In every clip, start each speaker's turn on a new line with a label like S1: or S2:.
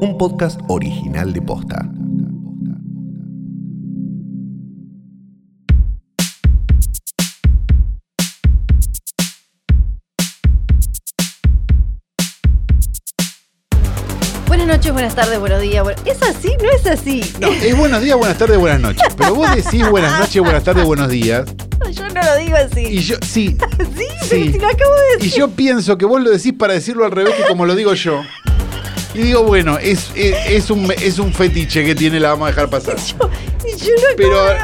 S1: Un podcast original de Posta.
S2: Buenas noches, buenas tardes, buenos días. bueno- ¿Es así? ¿No es así?
S3: No, es buenos días, buenas tardes, buenas noches. Pero vos decís buenas noches, buenas tardes, buenos días.
S2: Yo no lo digo
S3: Y
S2: así.
S3: yo, sí,
S2: sí,
S3: sí.
S2: te lo acabo de
S3: y
S2: decir.
S3: yo pienso que vos lo decís para decirlo al revés que como lo digo yo. Y digo, bueno, es, es, es un, es un fetiche que tiene, la vamos a dejar pasar.
S2: Y yo lo acabo
S3: Pero eh,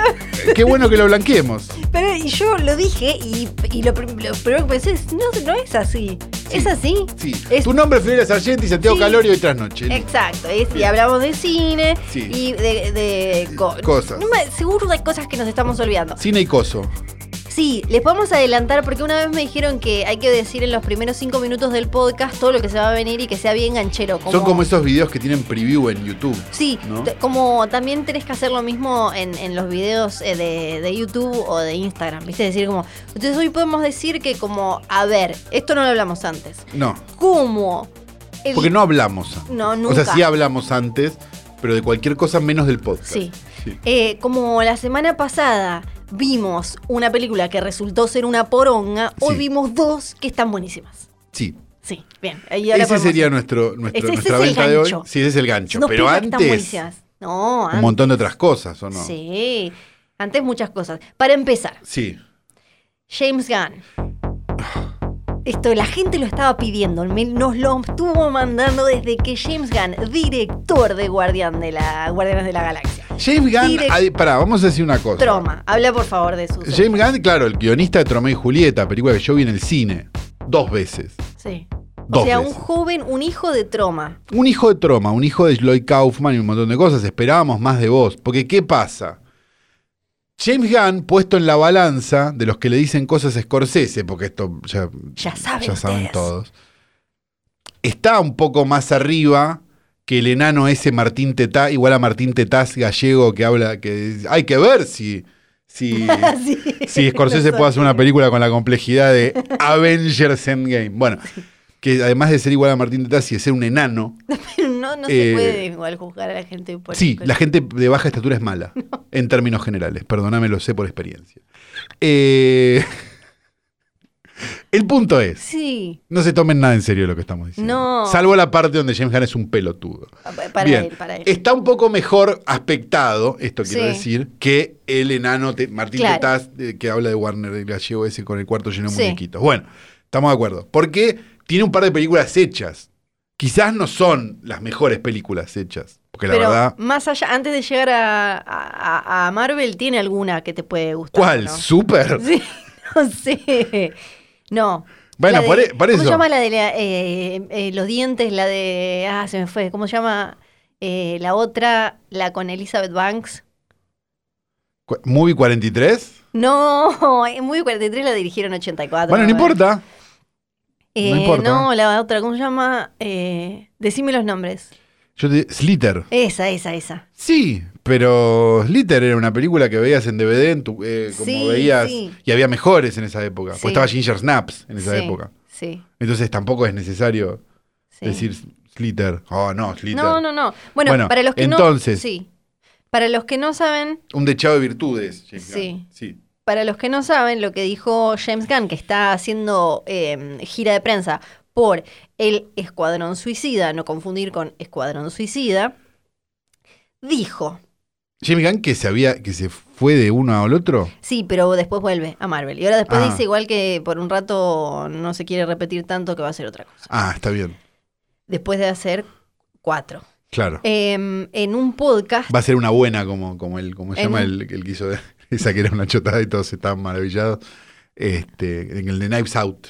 S2: de-
S3: qué bueno que lo blanqueemos.
S2: Pero y yo lo dije y, y lo, prim- lo primero que pensé es, no, no es así. ¿Es así?
S3: Sí.
S2: Es-
S3: Tu nombre es Fidelia Sargenti, Santiago
S2: Sí.
S3: Calorio y Trasnoche.
S2: Exacto, es, y
S3: Bien.
S2: hablamos de cine
S3: Sí.
S2: y de, de co-
S3: Cosas.
S2: No me- seguro hay cosas que nos estamos olvidando.
S3: Cine y coso.
S2: Sí, les podemos adelantar porque una vez me dijeron que hay que decir en los primeros cinco minutos del podcast todo lo que se va a venir y que sea bien ganchero.
S3: Son como esos videos que tienen preview en YouTube.
S2: Sí,
S3: ¿no?
S2: te- como también tenés que hacer lo mismo en, en los videos eh, de, de YouTube o de Instagram, ¿viste? Es decir, como, entonces hoy podemos decir que como, a ver, esto no lo hablamos antes.
S3: No,
S2: ¿Cómo? el-
S3: porque no hablamos.
S2: No,
S3: O sea,
S2: nunca.
S3: sí hablamos antes, pero de cualquier cosa menos del podcast.
S2: Sí.
S3: Sí.
S2: Eh, como la semana pasada vimos una película que resultó ser una poronga, hoy
S3: Sí.
S2: vimos dos que están buenísimas.
S3: Sí.
S2: Sí, bien. ahí ahora
S3: Ese
S2: podemos-
S3: sería nuestro, nuestro-
S2: Ese- ese
S3: nuestra
S2: es el
S3: venta de hoy.
S2: gancho.
S3: Sí, ese es el gancho.
S2: Dos
S3: pero
S2: películas que están
S3: antes,
S2: buenísimas. No,
S3: un
S2: antes.
S3: montón de otras cosas, ¿o no?
S2: Sí, antes muchas cosas. Para empezar,
S3: Sí.
S2: James Gunn. Esto la gente lo estaba pidiendo, me- nos lo estuvo mandando desde que James Gunn, director de Guardián de la Guardianes de la Galaxia.
S3: James Gunn,
S2: Direct-
S3: ah, pará, vamos a decir una cosa.
S2: Troma, habla por favor de su
S3: James Gunn, claro, el guionista de Tromeo y Julieta, película que yo vi en el cine. Dos veces.
S2: Sí. O
S3: Dos
S2: sea, un
S3: veces.
S2: joven, un hijo de Troma.
S3: Un hijo de Troma, un hijo de Lloyd Kaufman y un montón de cosas. Esperábamos más de vos. Porque, ¿qué pasa? James Gunn, puesto en la balanza de los que le dicen cosas a Scorsese, porque esto ya,
S2: Ya saben
S3: ya saben
S2: ustedes.
S3: todos, está un poco más arriba que el enano ese Martín Tetaz, igual a Martín Tetaz gallego que habla, que dice, hay que ver si, si,
S2: Sí.
S3: si Scorsese
S2: No
S3: puede
S2: sabe.
S3: hacer una película con la complejidad de Avengers Endgame. Bueno, que además de ser igual a Martín Tetaz y de ser un enano,
S2: No, no se
S3: Eh,
S2: puede igual juzgar a la gente por
S3: Sí, la gente de baja estatura es mala, en términos generales. Perdóname, lo sé por experiencia. Eh, el punto es,
S2: Sí,
S3: no se tomen nada en serio lo que estamos diciendo.
S2: No.
S3: Salvo la parte donde James Gunn es un pelotudo.
S2: para
S3: Bien,
S2: él, para él.
S3: Está un poco mejor aspectado, esto quiero
S2: Sí.
S3: decir, que el enano te- Martín
S2: Claro.
S3: Tetaz, eh, que habla de Warner el gallego ese con el cuarto lleno de
S2: Sí.
S3: muñequitos. Bueno, estamos de acuerdo. Porque tiene un par de películas hechas. Quizás no son las mejores películas hechas. Porque la
S2: Pero
S3: verdad.
S2: más allá, antes de llegar a, a- a Marvel, ¿tiene alguna que te puede gustar?
S3: ¿Cuál?
S2: no?
S3: ¿Súper?
S2: Sí, no sé. No.
S3: Bueno,
S2: La de-
S3: por, e- por
S2: ¿Cómo se
S3: eso.
S2: llama la de la- eh, eh, los dientes? La de. Ah, se me fue. ¿Cómo se llama eh, la otra? La con Elizabeth Banks.
S3: Cu- ¿Movie 43?
S2: No, en Muy 43 la dirigieron 84.
S3: Bueno, no
S2: bueno.
S3: importa.
S2: Eh,
S3: no importa.
S2: No, la otra, ¿cómo se llama? Eh, decime los nombres.
S3: Yo te Sliter.
S2: Esa, esa, esa.
S3: Sí, pero Sliter era una película que veías en DVD, en tu- eh, como
S2: Sí,
S3: veías.
S2: sí.
S3: Y había mejores en esa época.
S2: Sí.
S3: Pues estaba Ginger Snaps en esa
S2: Sí,
S3: época.
S2: Sí.
S3: Entonces tampoco es necesario
S2: sí.
S3: decir Sliter. Oh, no, Sliter.
S2: No, no, no. Bueno,
S3: Bueno,
S2: para los que no.
S3: entonces.
S2: Sí. Para los que no saben,
S3: Un dechado de virtudes. James
S2: Sí.
S3: Gunn. sí.
S2: para los que no saben, lo que dijo James Gunn, que está haciendo eh, gira de prensa por el Escuadrón Suicida, no confundir con Escuadrón Suicida, dijo.
S3: James Gunn que se, había, que se fue de uno al otro.
S2: Sí, pero después vuelve a Marvel. Y ahora después
S3: Ah.
S2: dice igual que por un rato no se quiere repetir tanto que va a hacer otra cosa.
S3: Ah, está bien.
S2: Después de hacer cuatro.
S3: Claro.
S2: Em, en un podcast.
S3: Va a ser una buena, como, como el, como se
S2: En
S3: llama
S2: un-
S3: el, el que hizo de- esa que era una chotada y todos estaban maravillados. Este, en el de Knives Out.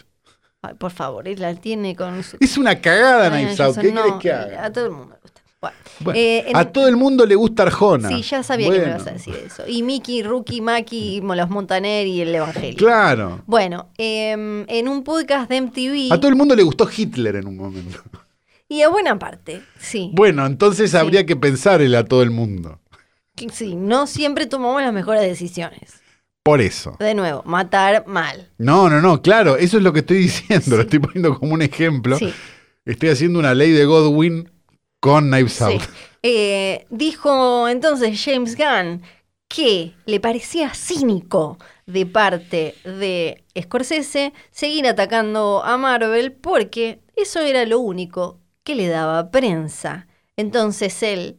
S2: Ay, por favor, él la tiene con su
S3: Es una cagada
S2: Ay,
S3: Knives
S2: yo
S3: Out.
S2: sé,
S3: ¿Qué
S2: no,
S3: crees que
S2: A
S3: haga?
S2: todo el mundo le gusta. Bueno,
S3: Bueno,
S2: eh, en-
S3: a todo el mundo le gusta Arjona.
S2: Sí, ya sabía que me
S3: Bueno, Mm.
S2: ibas a decir eso. Y Mickey, Rookie, Maki, los Montaner y el Evangelio.
S3: Claro.
S2: Bueno, em, en un podcast de MTV.
S3: A todo el mundo le gustó Hitler en un momento.
S2: Y a buena parte, sí.
S3: Bueno, entonces
S2: Sí.
S3: habría que pensar el a todo el mundo.
S2: Sí, no siempre tomamos las mejores decisiones.
S3: Por eso.
S2: De nuevo, matar mal.
S3: No, no, no, claro, eso es lo que estoy diciendo,
S2: Sí.
S3: lo estoy poniendo como un ejemplo.
S2: Sí.
S3: Estoy haciendo una ley de Godwin con Knives
S2: Sí.
S3: Out.
S2: Eh, dijo entonces James Gunn que le parecía cínico de parte de Scorsese seguir atacando a Marvel porque eso era lo único que le daba prensa. Entonces él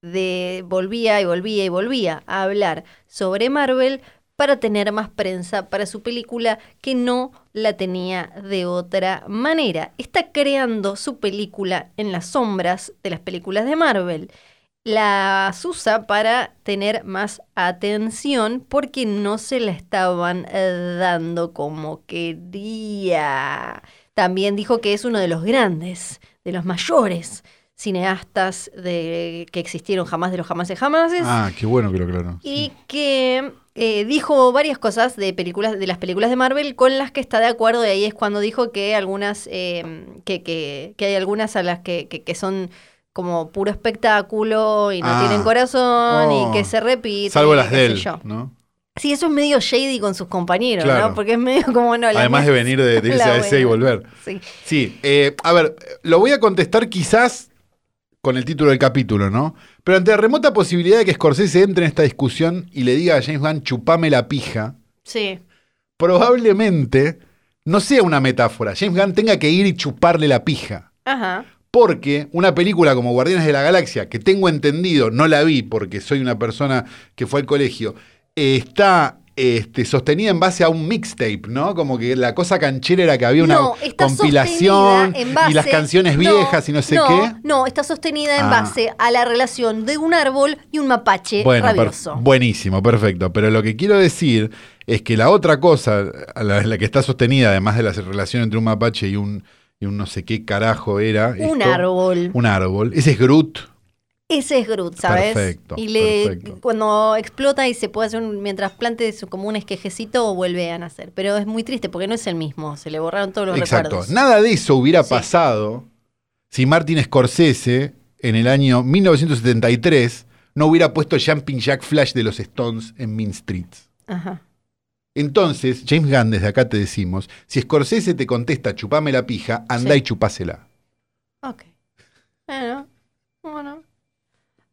S2: de- volvía y volvía y volvía a hablar sobre Marvel para tener más prensa para su película que no la tenía de otra manera. Está creando su película en las sombras de las películas de Marvel. Las usa para tener más atención porque no se la estaban eh, dando como quería. También dijo que es uno de los grandes, de los mayores cineastas de, que existieron jamás de los jamás de jamases
S3: Ah, qué bueno que lo aclaró.
S2: y que eh, dijo varias cosas de películas de las películas de Marvel con las que está de acuerdo y ahí es cuando dijo que algunas eh, que, que- que hay algunas a las que, que- que son como puro espectáculo y no
S3: Ah.
S2: tienen corazón
S3: Oh.
S2: y que se repiten
S3: Salvo
S2: y
S3: las
S2: qué
S3: de
S2: sé
S3: él,
S2: yo.
S3: ¿no?
S2: Sí, eso es medio shady con sus compañeros,
S3: Claro.
S2: ¿no? Porque es medio como no la
S3: Además de venir de, de irse
S2: la
S3: a DC y
S2: buena.
S3: volver.
S2: Sí.
S3: Sí, eh, a ver, lo voy a contestar quizás con el título del capítulo, ¿no? Pero ante la remota posibilidad de que Scorsese entre en esta discusión y le diga a James Gunn, chupame la pija,
S2: Sí.
S3: probablemente no sea una metáfora. James Gunn tenga que ir y chuparle la pija.
S2: Ajá.
S3: Porque una película como Guardianes de la Galaxia, que tengo entendido, no la vi porque soy una persona que fue al colegio, eh, está este, sostenida en base a un mixtape, ¿no? Como que la cosa canchera era que había una
S2: No, está
S3: compilación
S2: sostenida en base-
S3: y las canciones
S2: no,
S3: viejas y no sé qué.
S2: No, está sostenida en
S3: Ah.
S2: base a la relación de un árbol y un mapache
S3: Bueno, per-
S2: eh, rabioso.
S3: buenísimo, perfecto. Pero lo que quiero decir es que la otra cosa, a la, la que está sostenida, además de la relación entre un mapache y un, y un no sé qué carajo era.
S2: Un
S3: esto,
S2: árbol.
S3: Un árbol. Ese es Groot.
S2: Ese es Groot, ¿sabes?
S3: Perfecto,
S2: y le
S3: perfecto.
S2: cuando explota y se puede hacer un, mientras plante su- como un esquejecito vuelve a nacer, pero es muy triste porque no es el mismo, se le borraron todos los
S3: Exacto.
S2: recuerdos.
S3: Nada de eso hubiera
S2: Sí.
S3: pasado si Martin Scorsese, en el año 1973, no hubiera puesto Jumping Jack Flash de los Stones en Mean Streets.
S2: Ajá.
S3: Entonces, James Gunn, desde acá te decimos, si Scorsese te contesta chupame la pija, anda
S2: Sí.
S3: y chupásela.
S2: Ok. Bueno, bueno.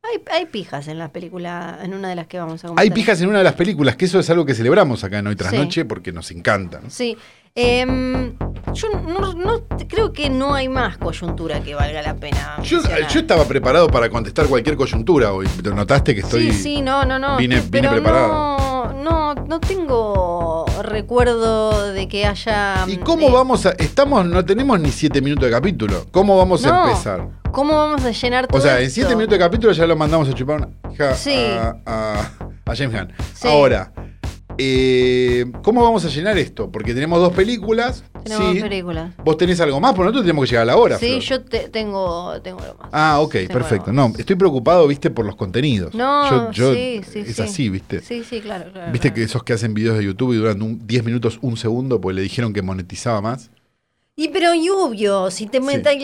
S2: Hay, hay pijas en la película, en una de las que vamos a comentar.
S3: Hay pijas en una de las películas, que eso es algo que celebramos acá en Hoy Tras
S2: Sí.
S3: Noche porque nos encantan.
S2: Sí. Em, yo no, no- creo que no hay más coyuntura que valga la pena.
S3: Yo,
S2: mencionar.
S3: yo estaba preparado para contestar cualquier coyuntura hoy. ¿Notaste que estoy...?
S2: Sí, sí, no, no, no.
S3: vine- vine
S2: pero
S3: preparado.
S2: No, no, no tengo recuerdo de que haya.
S3: ¿Y cómo
S2: eh,
S3: vamos a...? Estamos, no tenemos ni siete minutos de capítulo. ¿Cómo vamos
S2: No.
S3: a empezar?
S2: ¿Cómo vamos a llenar todo
S3: O sea, en
S2: esto?
S3: 7 minutos de capítulo ya lo mandamos a chupar una hija
S2: Sí.
S3: a, a- a James Gunn.
S2: Sí.
S3: Ahora, eh, ¿cómo vamos a llenar esto? Porque tenemos dos películas.
S2: Tenemos
S3: sí.
S2: películas.
S3: Vos tenés algo más, porque nosotros tenemos que llegar a la hora.
S2: Sí,
S3: Flor.
S2: yo te- tengo, tengo lo más.
S3: Ah, ok,
S2: Tengo
S3: perfecto.
S2: lo
S3: No,
S2: más.
S3: estoy preocupado, viste, por los contenidos.
S2: No,
S3: Yo- yo-
S2: sí, sí,
S3: Es
S2: sí.
S3: así, viste.
S2: Sí, sí, claro. claro,
S3: Viste
S2: claro.
S3: que esos que hacen videos de YouTube y duran un- 10 minutos, un segundo, porque le dijeron que monetizaba más.
S2: Y pero y obvio, si te
S3: Sí.
S2: metas.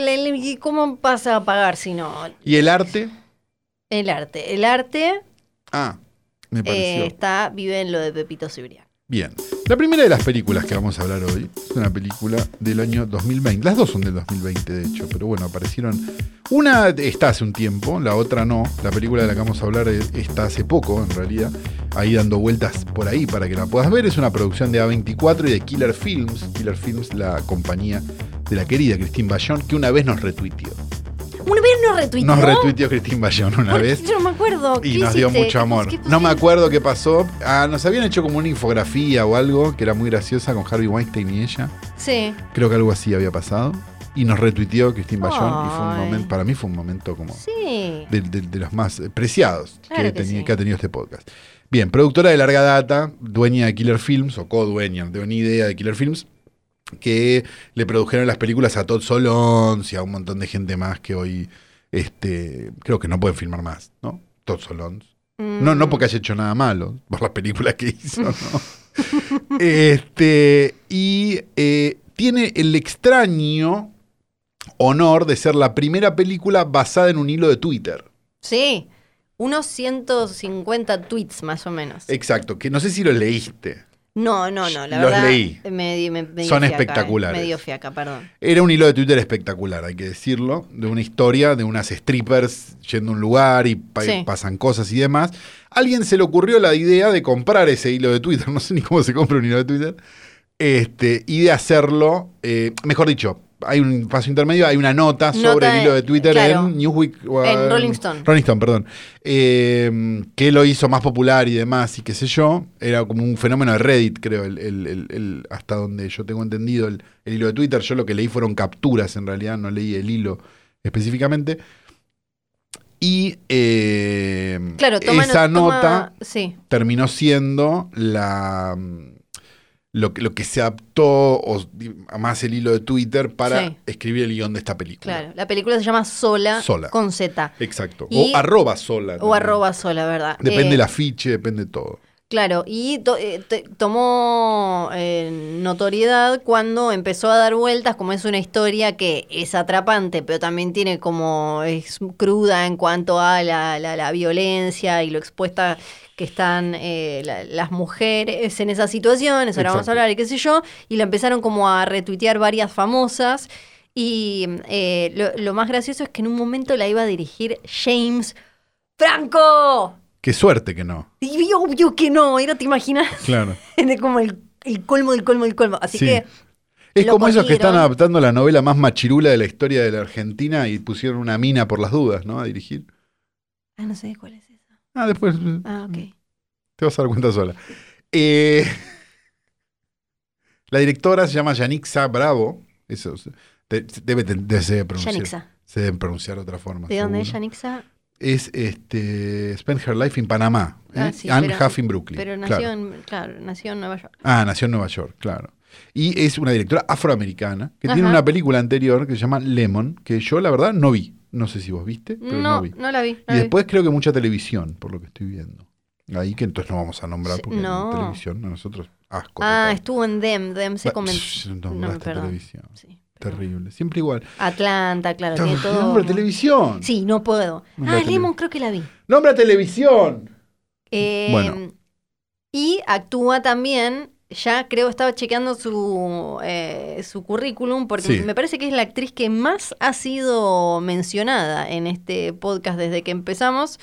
S2: ¿Cómo vas a pagar si no?
S3: ¿Y el arte?
S2: El arte. El arte
S3: Ah, me
S2: eh,
S3: pareció.
S2: está, vive en lo de Pepito Cibrián.
S3: Bien. La primera de las películas que vamos a hablar hoy es una película del año 2020. Las dos son del 2020, de hecho, pero bueno, aparecieron. Una está hace un tiempo, la otra no. La película de la que vamos a hablar es- está hace poco, en realidad. Ahí dando vueltas por ahí para que la puedas ver. Es una producción de A24 y de Killer Films. Killer Films, la compañía de la querida Christine Bayón, que una vez nos retuiteó.
S2: Una vez nos retuiteó.
S3: Nos retuiteó Christine Bayón una
S2: ¿Por qué?
S3: vez.
S2: Yo no me acuerdo.
S3: Y
S2: ¿Qué
S3: nos dio
S2: hiciste?
S3: mucho
S2: ¿Qué-
S3: amor.
S2: qué pusiste?
S3: No me acuerdo qué pasó. Ah, nos habían hecho como una infografía o algo que era muy graciosa con Harvey Weinstein y ella.
S2: Sí.
S3: Creo que algo así había pasado. Y nos retuiteó Christine Bayón. Y fue un
S2: Ay.
S3: momento, para mí fue un momento como
S2: Sí.
S3: de, de- de los más eh, preciados
S2: Claro
S3: que,
S2: que
S3: tenía-
S2: sí.
S3: que ha tenido este podcast. Bien, productora de larga data, dueña de Killer Films o co-dueña, no tengo ni idea de Killer Films, que le produjeron las películas a Todd Solons y a un montón de gente más que hoy este, creo que no pueden filmar más, ¿no? Todd Solons.
S2: Mm,
S3: No, no porque haya hecho nada malo, por las películas que hizo, ¿no? este, y eh, tiene el extraño honor de ser la primera película basada en un hilo de Twitter.
S2: Sí. Unos 150 tweets más o menos.
S3: Exacto, que no sé si lo leíste.
S2: No, no, no, la
S3: Eh, Los
S2: verdad.
S3: leí.
S2: me di- me- me dio
S3: Son
S2: fiaca, eh,
S3: espectaculares.
S2: Me dio fiaca, perdón.
S3: Era un hilo de Twitter espectacular, hay que decirlo, de una historia de unas strippers yendo a un lugar y pa-
S2: Sí.
S3: pasan cosas y demás. Alguien se le ocurrió la idea de comprar ese hilo de Twitter, no sé ni cómo se compra un hilo de Twitter, este, y de hacerlo, eh, mejor dicho, hay un paso intermedio, hay una nota sobre
S2: Nota
S3: el hilo de
S2: en-
S3: Twitter
S2: claro.
S3: en Newsweek. o
S2: En Rolling Stone.
S3: Rolling Stone, perdón. Eh, que lo hizo más popular y demás, y qué sé yo. Era como un fenómeno de Reddit, creo, el, el- el- el- hasta donde yo tengo entendido el, el hilo de Twitter. Yo lo que leí fueron capturas, en realidad, no leí el hilo específicamente. Y eh,
S2: Claro, toma toma-
S3: esa nota
S2: Sí,
S3: terminó siendo la mm, lo, que- lo que se adaptó, o di- más el hilo de Twitter, para
S2: Sí.
S3: escribir el guión de esta película.
S2: claro. La película se llama Sola,
S3: Sola.
S2: con Z.
S3: Exacto.
S2: Y-
S3: o arroba sola.
S2: O
S3: también.
S2: arroba sola, ¿verdad?
S3: Depende
S2: Eh,
S3: el afiche, depende todo.
S2: Claro, y to- eh, te- tomó eh, notoriedad cuando empezó a dar vueltas, como es una historia que es atrapante, pero también tiene como es cruda en cuanto a la, la- la violencia y lo expuesta que están eh, la- las mujeres en esas situaciones, ahora vamos
S3: Exacto.
S2: a hablar y qué sé yo, y la empezaron como a retuitear varias famosas, y eh, lo, lo más gracioso es que en un momento la iba a dirigir James Franco.
S3: Qué suerte que no.
S2: Y obvio que no, era, ¿te imaginas?
S3: Claro.
S2: Era como el, el colmo del colmo del colmo. Así
S3: Sí.
S2: que,
S3: Es
S2: Lo
S3: como esos que están
S2: corrieron.
S3: adaptando la novela más machirula de la historia de la Argentina y pusieron una mina por las dudas, ¿no? A dirigir.
S2: ah, no sé cuál es esa.
S3: Ah, después
S2: Ah, ok.
S3: te vas a dar cuenta sola. Eh, la directora se llama Yanixa Bravo. Eso se- te- se- debe, te- debe- se debe pronunciar.
S2: Yanixa.
S3: Se deben pronunciar de otra forma.
S2: ¿De dónde es
S3: seguro.
S2: Yanixa?
S3: Es este, Spend Her Life in Panamá. ¿eh?
S2: Ah, sí,
S3: Anne
S2: pero-
S3: Huff in Brooklyn.
S2: Pero
S3: claro.
S2: nació en, claro, nació en Nueva York.
S3: Ah, nació en Nueva York, claro. Y es una directora afroamericana que tiene
S2: Ajá.
S3: una película anterior que se llama Lemon, que yo la verdad no vi. No sé si vos viste, pero no,
S2: No,
S3: vi.
S2: no la vi. no
S3: Y
S2: la vi.
S3: después creo que mucha televisión, por lo que estoy viendo. Ahí que entonces no vamos a nombrar
S2: Sí,
S3: porque
S2: no.
S3: en televisión a nosotros asco.
S2: ah,
S3: total.
S2: estuvo en Dem. Dem se
S3: Bah,
S2: comentó.
S3: psh,
S2: No,
S3: nombraste
S2: perdón.
S3: este, televisión.
S2: Sí.
S3: Terrible. Siempre igual.
S2: Atlanta, claro, tiene todo.
S3: Nombra televisión.
S2: Sí, no puedo.
S3: La
S2: Ah,
S3: tele-
S2: Lemon creo que la vi.
S3: Nombra televisión.
S2: Eh,
S3: Bueno.
S2: Y actúa también, ya creo estaba chequeando su, eh, su currículum, porque
S3: Sí.
S2: me parece que es la actriz que más ha sido mencionada en este podcast desde que empezamos,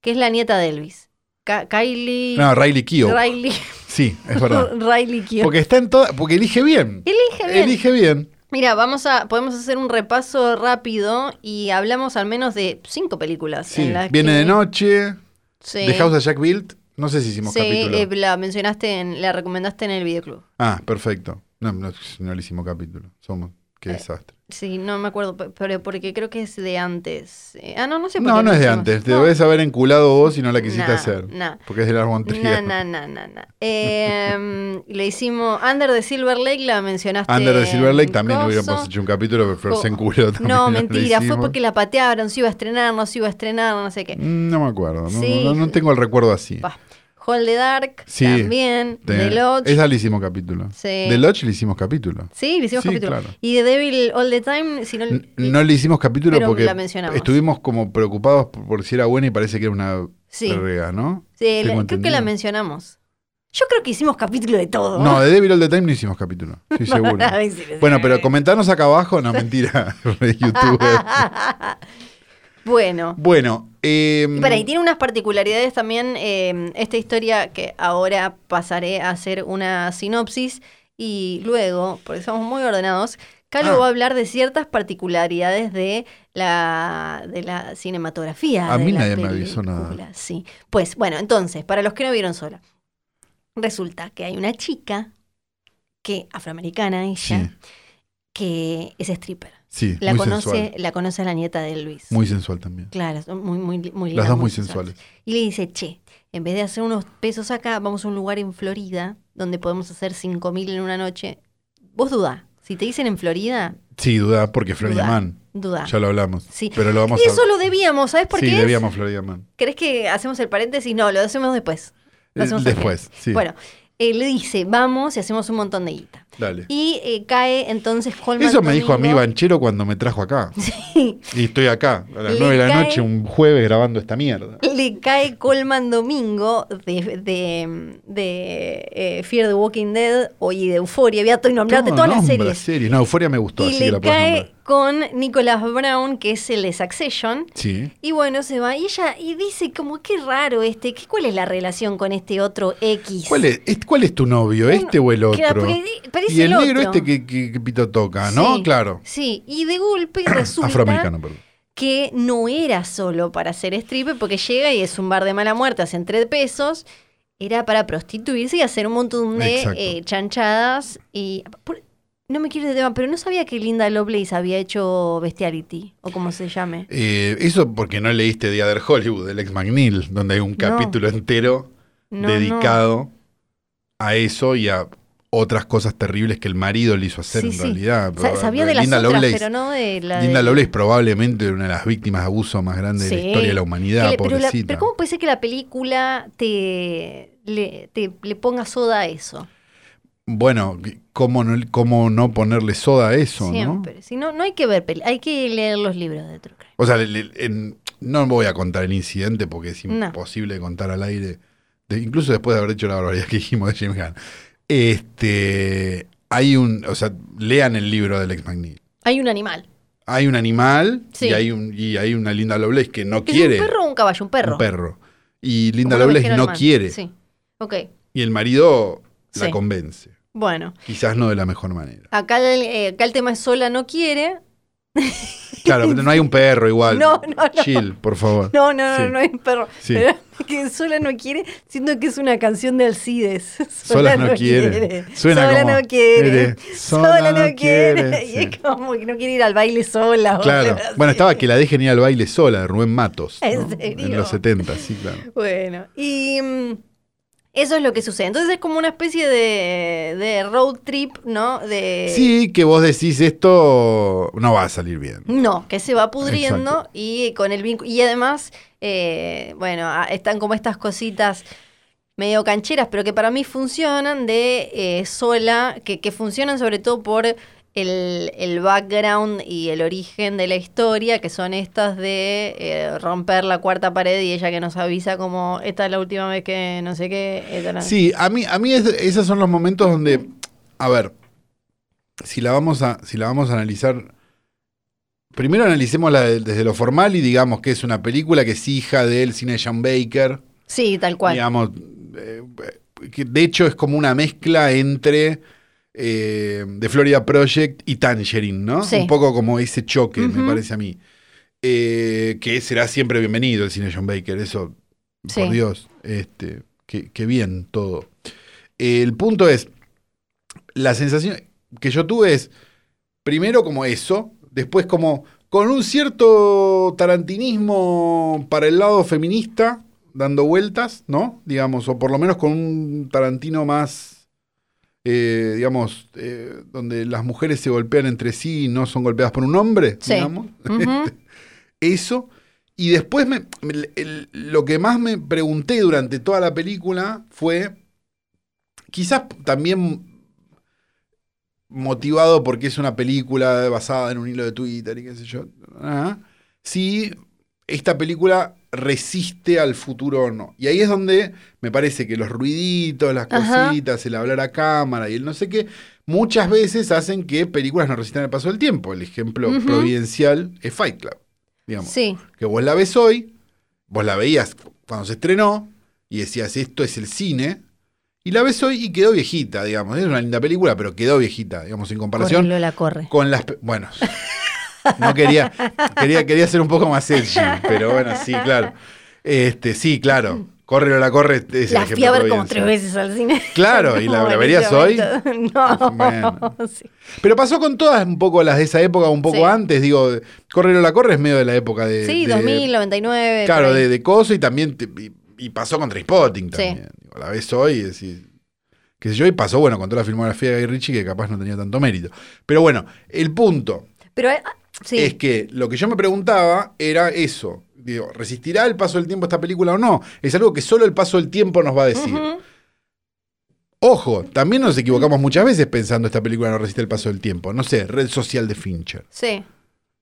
S2: que es la nieta de Elvis. Ka- Kylie.
S3: No, Riley Keough.
S2: Riley.
S3: Sí, es verdad.
S2: Riley Keough.
S3: porque está en toda. Porque elige bien.
S2: Elige bien.
S3: Elige bien.
S2: Mira, vamos a, podemos hacer un repaso rápido y hablamos al menos de cinco películas.
S3: Sí.
S2: en las
S3: Viene
S2: que-
S3: de noche.
S2: Sí.
S3: De House of Jack Built, no sé si hicimos
S2: Este, Sí,
S3: capítulo.
S2: eh, la mencionaste, en, la recomendaste en el videoclub.
S3: ah, perfecto. No, no, no le hicimos capítulo. Somos. Qué
S2: Eh,
S3: desastre.
S2: Sí, no me acuerdo, pe- pero porque creo que es de antes. Eh, Ah, no, no sé por
S3: No,
S2: qué
S3: no es de
S2: hicimos.
S3: antes. Te
S2: No.
S3: debes haber enculado vos y no la quisiste
S2: Nah,
S3: hacer.
S2: nah.
S3: Porque es de la
S2: No,
S3: montería.
S2: no, no, no, no. Eh, le hicimos Under the Silver Lake, la mencionaste.
S3: Under the Silver Lake
S2: en
S3: también
S2: este, coso.
S3: hubiéramos hecho un capítulo, pero Flor
S2: Jo-
S3: se enculó también.
S2: No,
S3: lo
S2: mentira, fue
S3: hicimos.
S2: porque la patearon, se iba a estrenar, no se iba a estrenar, no sé qué.
S3: Mm, No me acuerdo. No,
S2: Sí.
S3: no, no tengo el recuerdo así.
S2: Pa. Hold the Dark,
S3: Sí.
S2: también,
S3: Te-
S2: The Lodge.
S3: Esa le hicimos capítulo.
S2: Sí.
S3: De Lodge le hicimos capítulo.
S2: Sí, le hicimos
S3: Sí,
S2: capítulo.
S3: claro.
S2: Y The Devil All the Time, si no...
S3: N- No le hicimos capítulo
S2: Pero
S3: porque
S2: la mencionamos.
S3: estuvimos como preocupados por, por si era buena y parece que era una
S2: Sí.
S3: verga, ¿no?
S2: Sí,
S3: Tengo
S2: la- creo que
S3: entendido.
S2: la mencionamos. Yo creo que hicimos capítulo de todo.
S3: No, de Devil All the Time no hicimos capítulo. Estoy seguro.
S2: Ay, sí, sí,
S3: bueno,
S2: sí.
S3: pero comentanos acá abajo. No, mentira. re youtuber.
S2: bueno.
S3: Bueno. eh,
S2: Y para, y tiene unas particularidades también eh, esta historia que ahora pasaré a hacer una sinopsis y luego, porque somos muy ordenados, Calo
S3: Ah.
S2: va a hablar de ciertas particularidades de la, de la cinematografía.
S3: A
S2: de
S3: mí
S2: la
S3: nadie me avisó nada.
S2: película, Sí. Pues bueno, entonces, para los que no vieron sola, resulta que hay una chica que afroamericana ella
S3: Sí,
S2: que es stripper.
S3: sí,
S2: ¿eh? La
S3: muy
S2: conoce,
S3: sensual.
S2: la conoce a la nieta de Luis.
S3: Muy sensual también.
S2: Claro, son muy, muy, muy lindas,
S3: Las dos muy sensuales.
S2: Y le dice, che, en vez de hacer unos pesos acá, vamos a un lugar en Florida donde podemos hacer 5.000 en una noche. Vos dudá. Si te dicen en Florida,
S3: Sí, duda, porque Florida
S2: Dudá.
S3: Man.
S2: dudá.
S3: Ya lo hablamos.
S2: Ah. Sí.
S3: Pero lo vamos
S2: Y eso
S3: a.
S2: lo debíamos, ¿sabes por
S3: sí,
S2: qué? es?
S3: debíamos Florida Man.
S2: ¿Crees que hacemos el paréntesis? No, lo hacemos después. Lo
S3: Eh,
S2: hacemos al
S3: Después, sí.
S2: Bueno, eh, le dice, vamos y hacemos un montón de guita.
S3: Dale.
S2: Y eh, cae entonces Colman.
S3: Eso me dijo a mí
S2: Domingo.
S3: Banchero cuando me trajo acá. Y estoy acá, a las
S2: Le
S3: 9 de la
S2: cae-
S3: noche, un jueves grabando esta mierda.
S2: Le cae Colman Domingo de, de, de, eh, Fear the Walking Dead o y de Euforia. Ya estoy nombrando
S3: No,
S2: todas las
S3: nombra
S2: series.
S3: series. No, Euforia me gustó,
S2: Y
S3: así que
S2: le
S3: la puedes
S2: cae
S3: nombrar.
S2: con Nicholas Brown, que es el de Succession.
S3: Sí.
S2: Y bueno, se va. Y ella y dice como, qué raro este, que- ¿cuál es la relación con este otro X?
S3: ¿Cuál es, es- ¿Cuál es tu novio, este o el
S2: Claro,
S3: otro?
S2: porque di- parece
S3: y el,
S2: el
S3: negro
S2: otro.
S3: este que, que- que pito toca, ¿no?
S2: Sí,
S3: Claro.
S2: Sí, y de golpe resulta
S3: Afroamericano, perdón.
S2: que no era solo para hacer stripper, porque llega y es un bar de mala muerte, hacen tres pesos, era para prostituirse y hacer un montón de
S3: Exacto.
S2: eh, chanchadas. y por- No me quiero ir de tema, pero no sabía que Linda Lovelace había hecho Bestiality, o como se llame.
S3: Eh, eso porque no leíste The Other Hollywood, del ex McNeil, donde hay un capítulo entero
S2: No,
S3: dedicado a eso y a otras cosas terribles que el marido le hizo hacer
S2: Sí,
S3: en
S2: sí.
S3: realidad.
S2: no. Sa-
S3: Pero,
S2: Sabía
S3: pero
S2: de las
S3: Linda
S2: otras,
S3: Lovelace-
S2: pero no de la
S3: Linda
S2: de-
S3: Lovelace probablemente era una de las víctimas de abuso más grandes de
S2: Sí.
S3: la historia de la
S2: que
S3: humanidad,
S2: le- pero, la-
S3: pobrecita.
S2: pero ¿cómo puede ser que la película te le, te- le ponga soda a eso?
S3: Bueno, ¿cómo no, cómo no ponerle soda a eso, no?
S2: Siempre. Si no, no hay que ver peli, hay que leer los libros de True Crime.
S3: O sea, le- le- en- no voy a contar el incidente porque es
S2: No.
S3: imposible contar al aire, de- incluso después de haber hecho la barbaridad que dijimos de James Gunn. Este, hay un, o sea, lean el libro del ex McNeil.
S2: Hay un animal.
S3: Hay un animal
S2: Sí.
S3: y, hay un, y hay una Linda Lovelace que no
S2: ¿Es
S3: quiere
S2: un perro o un caballo? Un perro.
S3: un perro. Y Linda
S2: Una
S3: Lovelace
S2: ovejera
S3: no
S2: alemana.
S3: quiere.
S2: Sí. Ok.
S3: Y el marido la
S2: Sí.
S3: convence.
S2: Bueno,
S3: Quizás no de la mejor manera.
S2: acá el, eh, acá el tema es sola no quiere.
S3: Claro, pero no hay un perro igual.
S2: No, no, no.
S3: Chill, por favor.
S2: No, no, no,
S3: Sí.
S2: no hay un perro.
S3: Sí.
S2: Pero que sola no quiere, siento que es una canción de Alcides.
S3: Sola no quiere. Suena
S2: sola
S3: como,
S2: no quiere.
S3: mire,
S2: Sola,
S3: sola
S2: no,
S3: no
S2: quiere.
S3: quiere,
S2: Y
S3: sí.
S2: es como que no quiere ir al baile sola. o
S3: Claro.
S2: algo así.
S3: Bueno, estaba que la dejen ir al baile sola, de Rubén Matos.
S2: ¿En
S3: ¿no?
S2: serio?
S3: los 70, sí, claro.
S2: Bueno, y mm, eso es lo que sucede. Entonces es como una especie de, de road trip, ¿no? De,
S3: Sí, que vos decís esto no va a salir bien.
S2: No, que se va pudriendo
S3: Exacto.
S2: y con el vínculo. Y además, eh, bueno, a- están como estas cositas medio cancheras, pero que para mí funcionan de eh, sola, que, que funcionan sobre todo por el, el background y el origen de la historia, que son estas de eh, romper la cuarta pared y ella que nos avisa como esta es la última vez que no sé qué. esta la-".
S3: Sí, a mí, a mí es- esos son los momentos donde, a ver, si la vamos a, si la vamos a analizar, primero analicemos desde lo formal y digamos que es una película que es hija del cine de Sean Baker.
S2: Sí, tal cual.
S3: Digamos, eh, que de hecho es como una mezcla entre eh, The Florida Project y Tangerine, ¿no?
S2: Sí.
S3: Un poco como ese choque,
S2: Ujú.
S3: me parece a mí. Eh, que será siempre bienvenido el cine John Baker, eso,
S2: Sí.
S3: por Dios, este, que, que bien todo. El punto es, la sensación que yo tuve es, primero como eso, después como con un cierto tarantinismo para el lado feminista, dando vueltas, ¿no? Digamos, o por lo menos con un tarantino más, eh, digamos, eh, donde las mujeres se golpean entre sí y no son golpeadas por un hombre,
S2: Sí.
S3: digamos.
S2: Ujú.
S3: Eso. Y después me- me- el- lo que más me pregunté durante toda la película fue, quizás también motivado porque es una película basada en un hilo de Twitter y qué sé yo, ah, si esta película resiste al futuro o no. Y ahí es donde me parece que los ruiditos, las
S2: Ajá.
S3: cositas, el hablar a cámara y el no sé qué, muchas veces hacen que películas no resistan el paso del tiempo. El ejemplo
S2: Ujú.
S3: providencial es Fight Club. Digamos
S2: Sí,
S3: que vos la ves hoy, vos la veías cuando se estrenó y decías, esto es el cine, y la ves hoy y quedó viejita, digamos. Es una linda película, pero quedó viejita, digamos, en
S2: corre,
S3: comparación
S2: Lola, corre.
S3: con las... pe- Bueno, no quería, quería, quería ser un poco más edgy, pero bueno, sí, claro. Este, sí, claro. Corre o la corre es el
S2: La
S3: ejemplo
S2: fui a ver como
S3: providencial.
S2: tres veces al cine.
S3: Claro, y la,
S2: No,
S3: la
S2: en
S3: verías
S2: ese
S3: hoy.
S2: momento, No.
S3: Bueno.
S2: Sí.
S3: Pero pasó con todas un poco las de esa época, un poco
S2: Sí.
S3: antes, digo, Corre o la corre es medio de la época de...
S2: Sí,
S3: eh, de-
S2: 2000, 99.
S3: Claro,
S2: por ahí.
S3: de, de coso y también te- y, y pasó con Trainspotting también. Digo, la ves hoy y decís, qué sé yo, y pasó, bueno, con toda la filmografía de Guy Ritchie que capaz no tenía tanto mérito. Pero bueno, el punto
S2: Pero eh, ah, sí,
S3: es que lo que yo me preguntaba era eso. Digo, ¿resistirá el paso del tiempo esta película o no? Es algo que solo el paso del tiempo nos va a decir.
S2: Ujú.
S3: Ojo, también nos equivocamos muchas veces pensando esta película no resiste el paso del tiempo. No sé, red social de Fincher.
S2: Sí.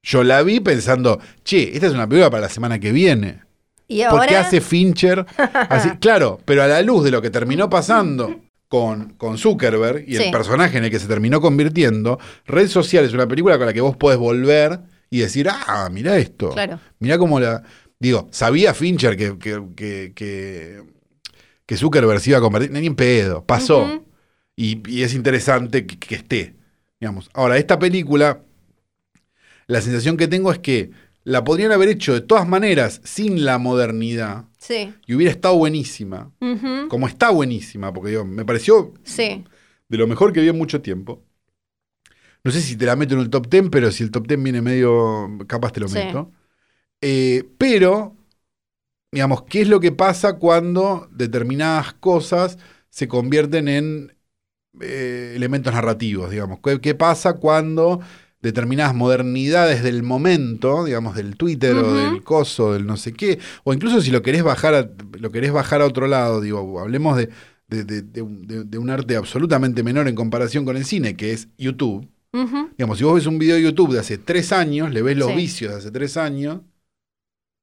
S3: Yo la vi pensando, che, esta es una película para la semana que viene.
S2: Y
S3: ¿Por
S2: ahora.
S3: qué hace Fincher? Así, claro, pero a la luz de lo que terminó pasando con, con Zuckerberg y el
S2: Sí.
S3: personaje en el que se terminó convirtiendo, Red Social es una película con la que vos podés volver y decir, ah, mirá esto.
S2: Claro.
S3: Mirá cómo la. Digo, sabía Fincher que, que, que, que, que Zuckerberg se iba a convertir. Ni en pedo, pasó.
S2: Ujú.
S3: y, y es interesante que, que esté. Digamos. Ahora, esta película, la sensación que tengo es que la podrían haber hecho de todas maneras sin la modernidad
S2: Sí.
S3: y hubiera estado buenísima.
S2: Ujú.
S3: Como está buenísima, porque digo, me pareció
S2: Sí.
S3: de lo mejor que vi en mucho tiempo. No sé si te la meto en el top 10, pero si el top 10 viene medio, capaz te lo
S2: Sí.
S3: meto. Eh, pero, digamos, ¿qué es lo que pasa cuando determinadas cosas se convierten en eh, elementos narrativos, digamos? ¿Qué, qué pasa cuando determinadas modernidades del momento, digamos, del Twitter o
S2: Ujú.
S3: del coso, del no sé qué, o incluso si lo querés bajar a, lo querés bajar a otro lado, digo, hablemos de, de, de- de un- de- de un arte absolutamente menor en comparación con el cine, que es YouTube.
S2: Ujú.
S3: Digamos, si vos ves un video de YouTube de hace tres años, le ves los
S2: Sí.
S3: vicios de hace tres años,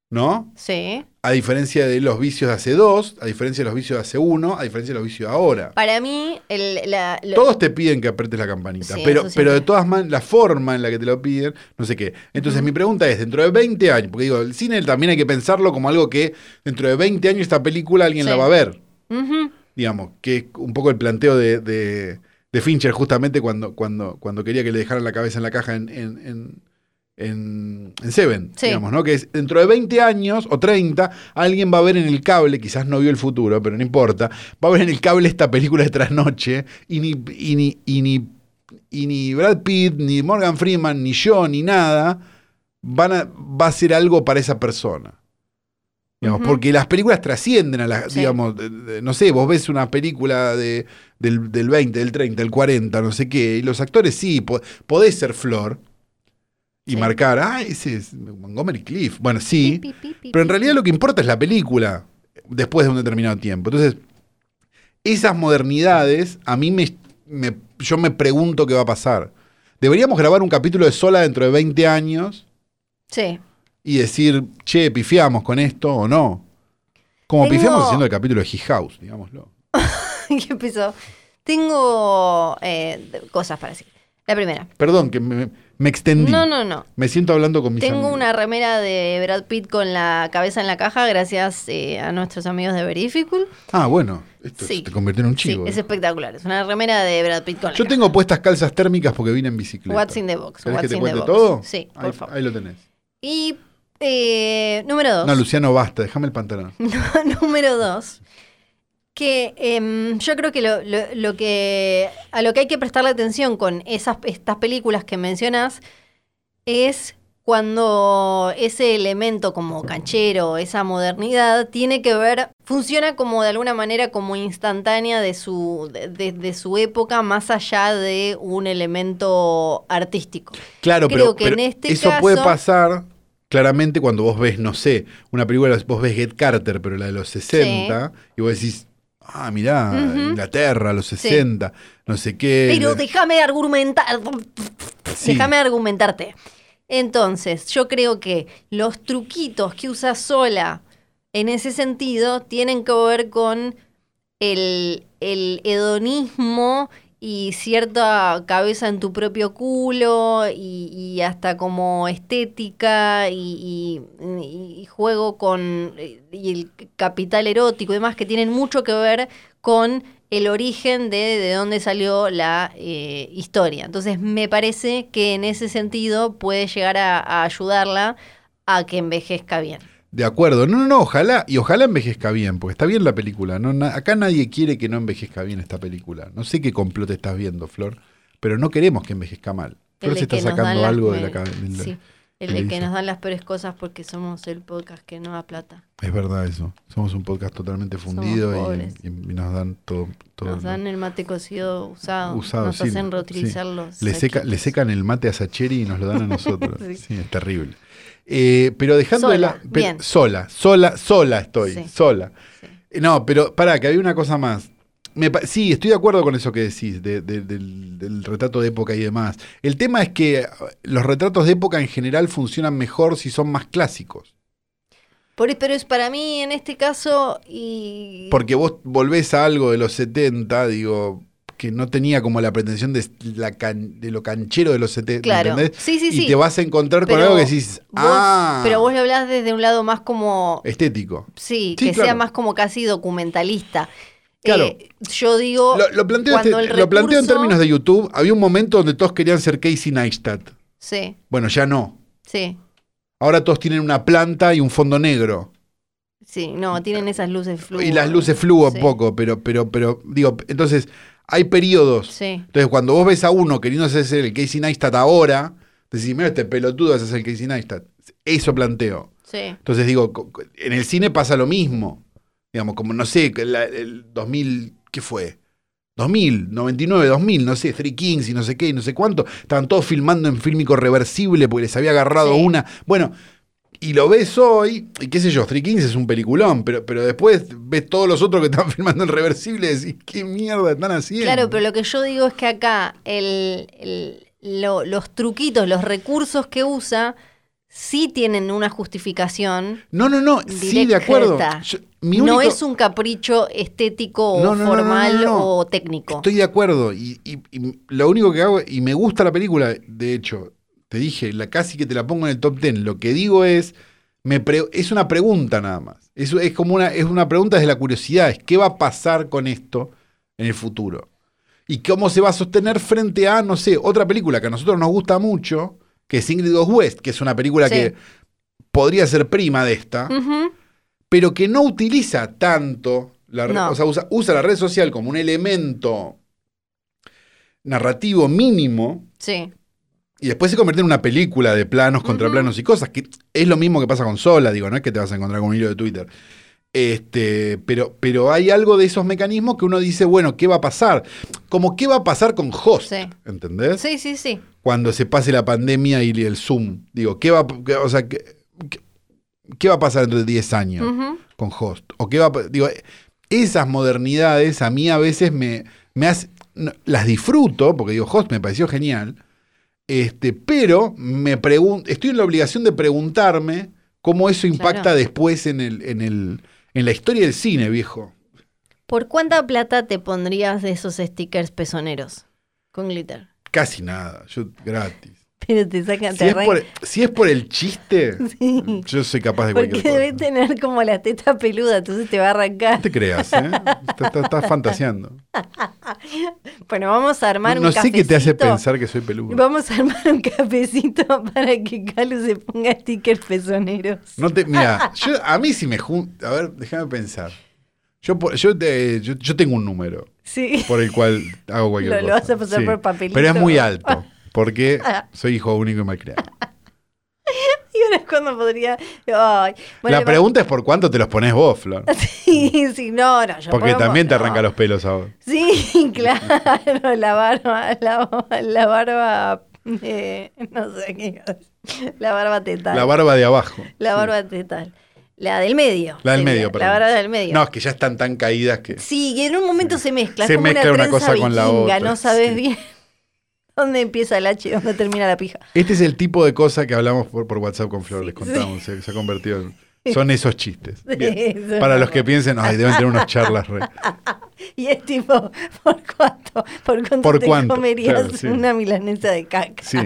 S3: ¿no?
S2: Sí.
S3: A diferencia de los vicios de hace dos, a diferencia de los vicios de hace uno, a diferencia de los vicios de ahora.
S2: Para mí, el, la, lo-
S3: Todos te piden que apretes la campanita,
S2: Sí,
S3: pero,
S2: eso
S3: pero de
S2: siempre.
S3: todas maneras, la forma en la que te lo piden, no sé qué. Entonces, mi pregunta es: dentro de 20 años, porque digo, el cine también hay que pensarlo como algo que dentro de 20 años esta película alguien
S2: Sí.
S3: la va a ver.
S2: Ujú.
S3: digamos, que es un poco el planteo de, de- de Fincher justamente cuando, cuando, cuando quería que le dejaran la cabeza en la caja en, en, en- en- en Seven,
S2: Sí.
S3: digamos, ¿no? Que es dentro de 20 años o 30, alguien va a ver en el cable, quizás no vio el futuro, pero no importa, va a ver en el cable esta película de trasnoche y ni, y ni, y ni, y ni Brad Pitt, ni Morgan Freeman, ni yo, ni nada, van a, va a ser algo para esa persona. Digamos,
S2: Ujú.
S3: Porque las películas trascienden a las,
S2: Sí.
S3: digamos, de- de- no sé, vos ves una película de, del, del 20, del 30, del 40, no sé qué, y los actores sí, po- podés ser Flor y
S2: Sí.
S3: marcar, ah, ese es Montgomery Cliff. Bueno, sí,
S2: Pi, pi, pi,
S3: pero en
S2: pi,
S3: realidad
S2: pi.
S3: lo que importa es la película después de un determinado tiempo. Entonces, esas modernidades, a mí me, me- yo me pregunto qué va a pasar. Deberíamos grabar un capítulo de Sola dentro de 20 años
S2: Sí.
S3: y decir, che, pifiamos con esto o no. Como
S2: Tengo-
S3: pifiamos haciendo el capítulo de His House, digámoslo.
S2: ¿Qué empezó? Tengo eh, de- cosas para decir. La primera.
S3: Perdón, que me, me extendí.
S2: No, no, no.
S3: Me siento hablando con mis
S2: Tengo
S3: amigos.
S2: una remera de Brad Pitt con la cabeza en la caja gracias eh, a nuestros amigos de Verificul.
S3: Ah, bueno, esto
S2: Sí.
S3: se te convirtió en un
S2: Sí,
S3: chivo.
S2: es
S3: ¿eh?
S2: espectacular. Es una remera de Brad Pitt con la
S3: Yo
S2: caja.
S3: tengo puestas calzas térmicas porque vine en bicicleta.
S2: What's in the box.
S3: ¿Querés
S2: What's
S3: que te
S2: in the
S3: cuente
S2: box.
S3: todo?
S2: Sí,
S3: ahí,
S2: por favor.
S3: ahí lo tenés.
S2: Y eh, número dos.
S3: No, Luciano, basta, déjame el pantalón.
S2: número dos. Que em, yo creo que, lo, lo- lo que a lo que hay que prestarle atención con esas, estas películas que mencionas es cuando ese elemento como canchero, esa modernidad, tiene que ver, funciona como de alguna manera como instantánea de su, de- de- de su época, más allá de un elemento artístico.
S3: Claro,
S2: Creo
S3: pero,
S2: que
S3: pero
S2: en este
S3: eso puede
S2: caso-
S3: pasar claramente cuando vos ves, no sé, una película, vos ves Get Carter, pero la de los 60, y vos decís, ah, mirá,
S2: Ujú.
S3: Inglaterra, los 60, no sé qué.
S2: Pero
S3: la-
S2: déjame argumentar.
S3: Sí.
S2: Déjame argumentarte. Entonces, yo creo que los truquitos que usa Sola en ese sentido tienen que ver con el, el hedonismo y cierta cabeza en tu propio culo y, y hasta como estética y, y- y juego con eh, y el capital erótico y demás que tienen mucho que ver con el origen de, de dónde salió la eh, historia. Entonces me parece que en ese sentido puede llegar a, a ayudarla a que envejezca bien.
S3: De acuerdo, no, no, no, ojalá, y ojalá envejezca bien, porque está bien la película. No, Na- acá nadie quiere que no envejezca bien esta película. No sé qué complot estás viendo, Flor, pero no queremos que envejezca mal.
S2: El
S3: Flor
S2: de
S3: se está
S2: que nos dan
S3: sacando
S2: las
S3: algo de
S2: me-
S3: la cabeza.
S2: Sí, el
S3: me
S2: de que
S3: dice.
S2: nos dan las peores cosas porque somos el podcast que no da plata.
S3: Es verdad eso. Somos un podcast totalmente
S2: Somos
S3: fundido y,
S2: pobres.
S3: y nos dan todo. todo
S2: Nos dan el mate cocido usado.
S3: Usado,
S2: nos
S3: sí,
S2: hacen
S3: sí.
S2: reutilizar los.
S3: le, seca-
S2: saquitos.
S3: le secan el mate a Sacheri y nos lo dan a nosotros. sí.
S2: Sí.
S3: es terrible. Eh, pero dejando de la.
S2: Sola,
S3: pe-
S2: bien.
S3: sola, sola, sola estoy.
S2: Sí.
S3: Sola.
S2: Sí.
S3: Eh, No, pero pará, que había una cosa más. Me pa- sí, estoy de acuerdo con eso que decís, de- de- del, del retrato de época y demás. El tema es que eh, los retratos de época en general funcionan mejor si son más clásicos.
S2: Por- pero es para mí en este caso y...
S3: Porque vos volvés a algo de los 70, digo, que no tenía como la pretensión de, la can- de lo canchero de los 70,
S2: Claro.
S3: ¿entendés?
S2: Sí, sí,
S3: y
S2: sí.
S3: te vas a encontrar con
S2: Pero
S3: algo que decís,
S2: Vos-
S3: ah,
S2: Pero vos lo hablás desde un lado más como...
S3: estético.
S2: Sí,
S3: Sí,
S2: que sea
S3: claro.
S2: más como casi documentalista.
S3: Claro.
S2: Eh, yo digo...
S3: Lo, lo planteo
S2: cuando
S3: este-
S2: el
S3: lo planteo en
S2: recurso-
S3: términos de YouTube. Había un momento donde todos querían ser Casey Neistat.
S2: Sí,
S3: Bueno, ya no.
S2: sí,
S3: Ahora todos tienen una planta y un fondo negro.
S2: sí. No, tienen esas luces flúor.
S3: Y las luces flúo
S2: Sí,
S3: un poco, pero, pero, pero, digo, entonces, hay periodos.
S2: Sí,
S3: Entonces, cuando vos ves a uno queriéndose ser el Casey Neistat ahora, decís, mira, este pelotudo es el Casey Neistat. Eso planteo.
S2: sí.
S3: Entonces, digo, co- co- en el cine pasa lo mismo. Digamos, como, no sé, la- el 2000, ¿qué fue? 2000, 99, 2000, no sé, Three Kings y no sé qué, y no sé cuánto. Estaban todos filmando en fílmico reversible porque les había agarrado
S2: Sí.
S3: una. Bueno, y lo ves hoy, y qué sé yo, Three Kings es un peliculón, pero, pero después ves todos los otros que están filmando en reversible y decís, ¿qué mierda están haciendo?
S2: Claro, pero lo que yo digo es que acá el, el- lo- los truquitos, los recursos que usa, sí tienen una justificación.
S3: No, no, no, sí, de
S2: directa.
S3: acuerdo. Yo- mi
S2: No
S3: único-
S2: es un capricho estético o
S3: No, no, no, no,
S2: formal
S3: no, no.
S2: o técnico.
S3: Estoy de acuerdo. Y, y- y lo único que hago, y me gusta la película, de hecho, te dije, la, casi que te la pongo en el top 10. Lo que digo es, me pre- es una pregunta nada más. Es, es como una, es una pregunta desde la curiosidad, es qué va a pasar con esto en el futuro. Y cómo se va a sostener frente a, no sé, otra película que a nosotros nos gusta mucho, que es Ingrid Goes West, que es una película
S2: Sí.
S3: que podría ser prima de esta
S2: Ujú,
S3: pero que no utiliza tanto la red,
S2: No.
S3: o sea, usa, usa la red social como un elemento narrativo mínimo
S2: Sí,
S3: y después se convierte en una película de planos, contraplanos y cosas, que es lo mismo que pasa con Sola, digo, no es que te vas a encontrar con un hilo de Twitter. Este, pero, pero hay algo de esos mecanismos que uno dice, bueno, ¿qué va a pasar? Como qué va a pasar con Host,
S2: Sí.
S3: ¿entendés?
S2: sí, sí, sí.
S3: cuando se pase la pandemia y el Zoom. Digo, ¿qué va, a- qué- o sea, qué, qué- qué va a pasar dentro de 10 años
S2: Ujú.
S3: con Host? ¿O qué va a pa- digo, esas modernidades a mí a veces me, me hace- no, las disfruto, porque digo, Host me pareció genial, este, pero me pregun- estoy en la obligación de preguntarme cómo eso impacta
S2: Claro.
S3: después en, el, en, el, en la historia del cine, viejo.
S2: ¿Por cuánta plata te pondrías de esos stickers pezoneros con glitter?
S3: Casi nada, yo gratis.
S2: Pero te sacan,
S3: Si
S2: te
S3: es, por,
S2: arrancan-
S3: si es por el chiste,
S2: Sí.
S3: yo soy capaz de cualquier
S2: Porque
S3: cosa.
S2: debe tener como la teta peluda, entonces te va a arrancar.
S3: No te creas, ¿eh? Estás fantaseando.
S2: Bueno, vamos a armar
S3: no
S2: un
S3: sé qué te hace
S2: cafecito.
S3: pensar que soy peludo.
S2: Vamos a armar un cafecito para que Calu se ponga stickers pezoneros.
S3: No te, mira, yo, a mí si me junto. A ver, déjame pensar. Yo, po- yo, te- yo, yo tengo un número
S2: Sí.
S3: por el cual hago cualquier
S2: Lo-
S3: cosa.
S2: lo vas a pasar por papelito. Ah.
S3: Pero es muy alto, porque soy hijo único y malcriado.
S2: Y ahora es cuando podría. Ay. Bueno,
S3: La pregunta es por cuánto te los pones vos, Flor.
S2: Sí, sí, no, no. yo
S3: Porque
S2: pongo-
S3: también te
S2: no.
S3: arranca los pelos a vos.
S2: Sí, claro, la barba, la, la barba, eh, no sé qué, iba a decir. la barba tetal.
S3: La barba de abajo.
S2: La
S3: Sí.
S2: barba tetal. La del medio.
S3: La del
S2: sería,
S3: medio, perdón.
S2: La barba del medio.
S3: No, es que ya están tan caídas que.
S2: Sí, que en un momento se mezcla. es
S3: Se
S2: como
S3: mezcla
S2: una,
S3: una
S2: trenza
S3: cosa con la
S2: vikinga,
S3: otra,
S2: No sabes
S3: sí.
S2: bien dónde empieza el H y dónde termina la pija.
S3: Este es el tipo de cosa que hablamos por, por WhatsApp con Flor, les
S2: Sí,
S3: contamos, se, se ha convertido en... Son esos chistes. Bien.
S2: Eso.
S3: Para los que piensen, ay, deben tener unas charlas re.
S2: Y es tipo, ¿por cuánto? ¿Por cuánto
S3: ¿Por
S2: te
S3: cuánto?
S2: comerías
S3: Claro, sí.
S2: una milanesa de caca?
S3: Sí.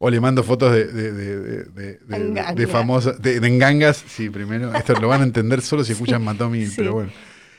S3: O le mando fotos de, de, de, de- de- de-
S2: Enganga.
S3: de famosas, de, de engangas, sí, primero. Esto lo van a entender solo si escuchan Matomi,
S2: sí.
S3: pero bueno.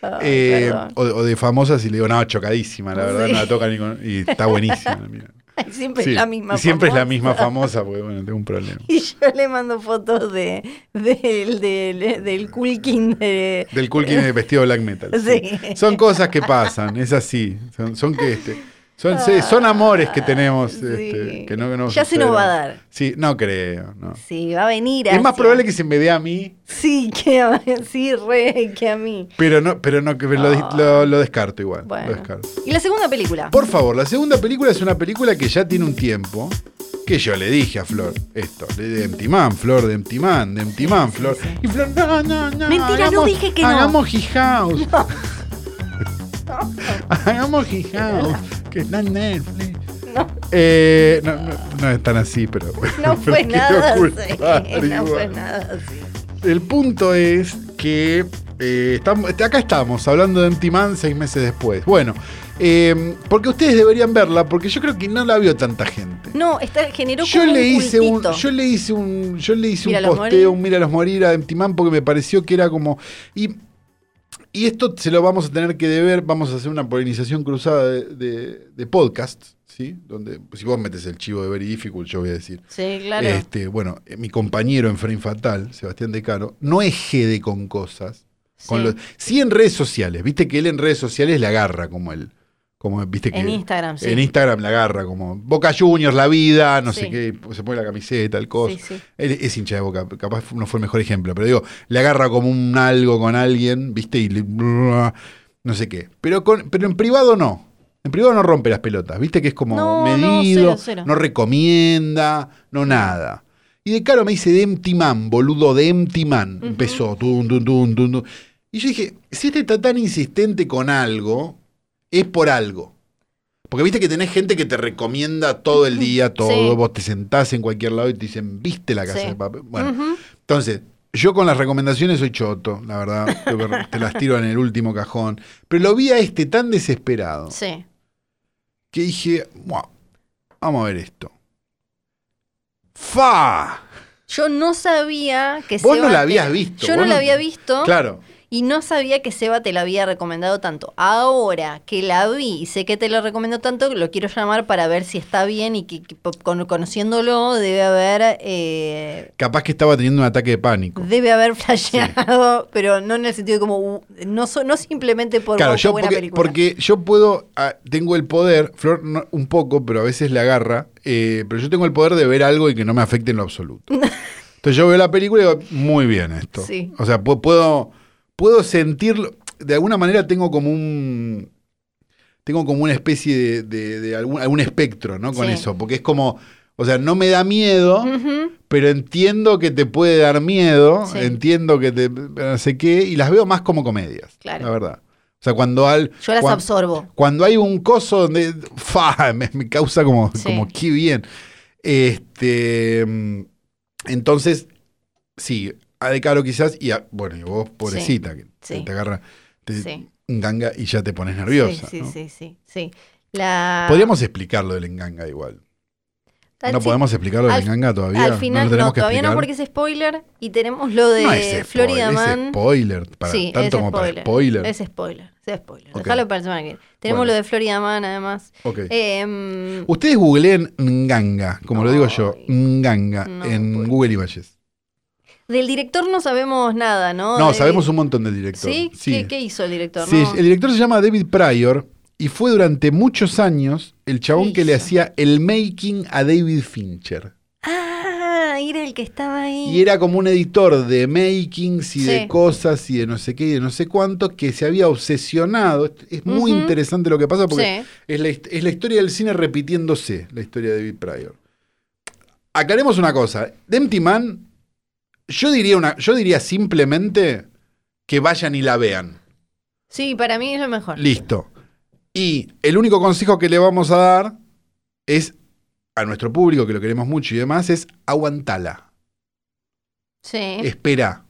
S2: Ay,
S3: Eh,
S2: perdón.
S3: o, o de famosas y le digo, no, chocadísima, la verdad,
S2: Sí.
S3: no la toca ni con... Y está buenísima. mira.
S2: Ay, siempre
S3: Sí.
S2: es la misma.
S3: Y siempre es la
S2: famosa.
S3: misma famosa, porque bueno, tengo un problema.
S2: Y yo le mando fotos de, del del- del culkin de...
S3: Del cool Kid vestido de black metal. sí.
S2: Sí.
S3: Son cosas que pasan, es así. Son, son que este, son, se- son amores que tenemos.
S2: Ah. Sí.
S3: este, que no- que no
S2: Ya se nos va a
S3: sucederán.
S2: dar.
S3: Sí, no creo. no.
S2: Sí, va a venir
S3: Es más
S2: hacia-
S3: probable que se me dé a mí,
S2: Sí, que a, sí, re, que a mí.
S3: pero no, pero no que lo, di- lo- lo descarto igual. lo
S2: Ah. Bueno.
S3: descarto.
S2: Y la segunda película.
S3: Por favor, la segunda película es una película que ya tiene un tiempo. Que yo le dije a Flor esto, le de Empty Man, Flor, de Empty Man, de Empty Man, Flor. Y Flor, no, no, no.
S2: Mentira, no
S3: hagamos-
S2: dije que no.
S3: Hagamos He House. Hagamos Hijaos, que está en Netflix. Eh, no, no, no es tan así, pero bueno.
S2: No
S3: pero
S2: fue
S3: quiero
S2: nada
S3: ocultar
S2: así. No fue
S3: igual.
S2: nada así.
S3: El punto es que eh, estamos- acá estamos, hablando de Empty Man seis meses después. Bueno, eh, porque ustedes deberían verla, porque yo creo que no la vio tanta gente.
S2: No, está, generó
S3: Yo
S2: como
S3: le,
S2: un
S3: hice un,
S2: cultito.
S3: yo le hice un yo le hice un
S2: Míralos morir.
S3: posteo, un Míralos morir a Empty Man porque me pareció que era como. Y, y esto se lo vamos a tener que deber, vamos a hacer una polinización cruzada de, de- de podcasts, ¿sí? Donde, si vos metes el chivo de Very Difficult, yo voy a decir.
S2: Sí, claro.
S3: Este, bueno, eh, mi compañero en Frame Fatal, Sebastián Decaro, no es jede con cosas. Con
S2: Sí.
S3: los, sí en redes sociales. Viste que él en redes sociales la agarra como él. Como, viste que
S2: en Instagram, sí.
S3: en Instagram la agarra como Boca Juniors, la vida, no sé
S2: Sí.
S3: qué, se pone la camiseta, el coso.
S2: Sí, sí.
S3: Él es hincha de Boca, capaz no fue el mejor ejemplo, pero digo, le agarra como un algo con alguien, ¿viste? Y le- no sé qué. Pero, con, pero en privado no. En privado no rompe las pelotas, ¿viste? Que es como
S2: No, no,
S3: medido, no,
S2: cero, cero.
S3: recomienda, no nada. Y de caro me dice de Empty Man, boludo, de Empty Man. Empezó, tun, tun, tun, tun, tun. Y yo dije, si este está tan insistente con algo, es por algo. Porque viste que tenés gente que te recomienda todo el día, todo.
S2: Sí.
S3: Vos te sentás en cualquier lado y te dicen, ¿viste la casa
S2: Sí. Mm.
S3: de papel? Bueno,
S2: Ujú.
S3: entonces, yo con las recomendaciones soy choto, la verdad. Te- Te las tiro en el último cajón. Pero lo vi a este tan desesperado
S2: Sí.
S3: que dije, "Buah, vamos a ver esto. ¡Fa!
S2: Yo no sabía que
S3: Vos no
S2: Seba
S3: la
S2: te-
S3: habías visto,
S2: Yo
S3: vos
S2: no la
S3: no-
S2: había visto
S3: Claro.
S2: y no sabía que Seba te la había recomendado tanto. Ahora que la vi y sé que te lo recomendó tanto, lo quiero llamar para ver si está bien y que, que po- con- conociéndolo debe haber eh,
S3: Capaz que estaba teniendo un ataque de pánico.
S2: debe haber flasheado, pero no en el sentido de como uh, no so- no simplemente por
S3: Claro,
S2: "Wow, qué
S3: yo
S2: buena
S3: porque,
S2: película.
S3: porque yo puedo, ah, tengo el poder, Flor no- un poco, pero a veces la agarra, eh, pero yo tengo el poder de ver algo y que no me afecte en lo absoluto. Entonces yo veo la película y digo, muy bien esto.
S2: Sí.
S3: O sea, pu- puedo, puedo sentirlo, de alguna manera tengo como un... Tengo como una especie de, de- de algún, algún espectro, ¿no? Con
S2: Sí.
S3: eso, porque es como, o sea, no me da miedo,
S2: Ujú.
S3: pero entiendo que te puede dar miedo,
S2: Sí.
S3: entiendo que te no sé qué, y las veo más como comedias,
S2: Claro.
S3: la verdad. O sea, cuando al
S2: Yo las
S3: cuan-
S2: absorbo.
S3: cuando hay un coso donde fa, me, me causa como
S2: Sí.
S3: como qué bien. Este mm, entonces sí, a de caro quizás y a- bueno, y vos pobrecita que
S2: sí.
S3: te agarra te
S2: Sí.
S3: enganga y ya te pones eh, nerviosa,
S2: sí, sí,
S3: ¿no?
S2: sí, sí, sí. La
S3: Podríamos explicar lo del enganga igual.
S2: Tal-
S3: no
S2: sí,
S3: podemos explicar lo del
S2: Al-
S3: enganga todavía.
S2: Al final,
S3: lo
S2: no,
S3: tenemos que
S2: todavía no
S3: explicar?
S2: porque es spoiler. Y tenemos lo de
S3: No es
S2: Florida
S3: spoiler,
S2: Man.
S3: Es spoiler, para,
S2: Sí,
S3: tanto
S2: es
S3: como para
S2: spoiler.
S3: spoiler.
S2: Es spoiler, es spoiler.
S3: Ok.
S2: Dejalo para la semana que viene. Tenemos
S3: Bueno.
S2: lo de Florida Man, además.
S3: Ok.
S2: Em,
S3: Ustedes googleen Nganga, como lo digo yo,
S2: Ay.
S3: Nganga,
S2: No, pues.
S3: en
S2: pobre.
S3: Google Images.
S2: del director no sabemos nada, ¿no?
S3: No,
S2: De-
S3: sabemos un montón del director.
S2: ¿Sí? ¿Qué, qué hizo el director?
S3: Sí,
S2: No.
S3: el director se llama David Pryor y fue durante muchos años el chabón
S2: ¿Qué
S3: que le
S2: hizo?
S3: hacía el making a David Fincher.
S2: Ah, era el que estaba ahí.
S3: Y era como un editor de makings y de
S2: Sí.
S3: cosas y de no sé qué y de no sé cuánto que se había obsesionado. Es muy
S2: Ujú.
S3: interesante lo que pasa porque
S2: Sí.
S3: Es la, hist- es la historia del cine repitiéndose, la historia de David Pryor. Aclaremos una cosa. De Empty Man, yo diría, una, yo diría simplemente que vayan y la vean.
S2: Sí, para mí es lo mejor.
S3: Listo. Y el único consejo que le vamos a dar es a nuestro público, que lo queremos mucho y demás, es aguantala.
S2: sí.
S3: Espera.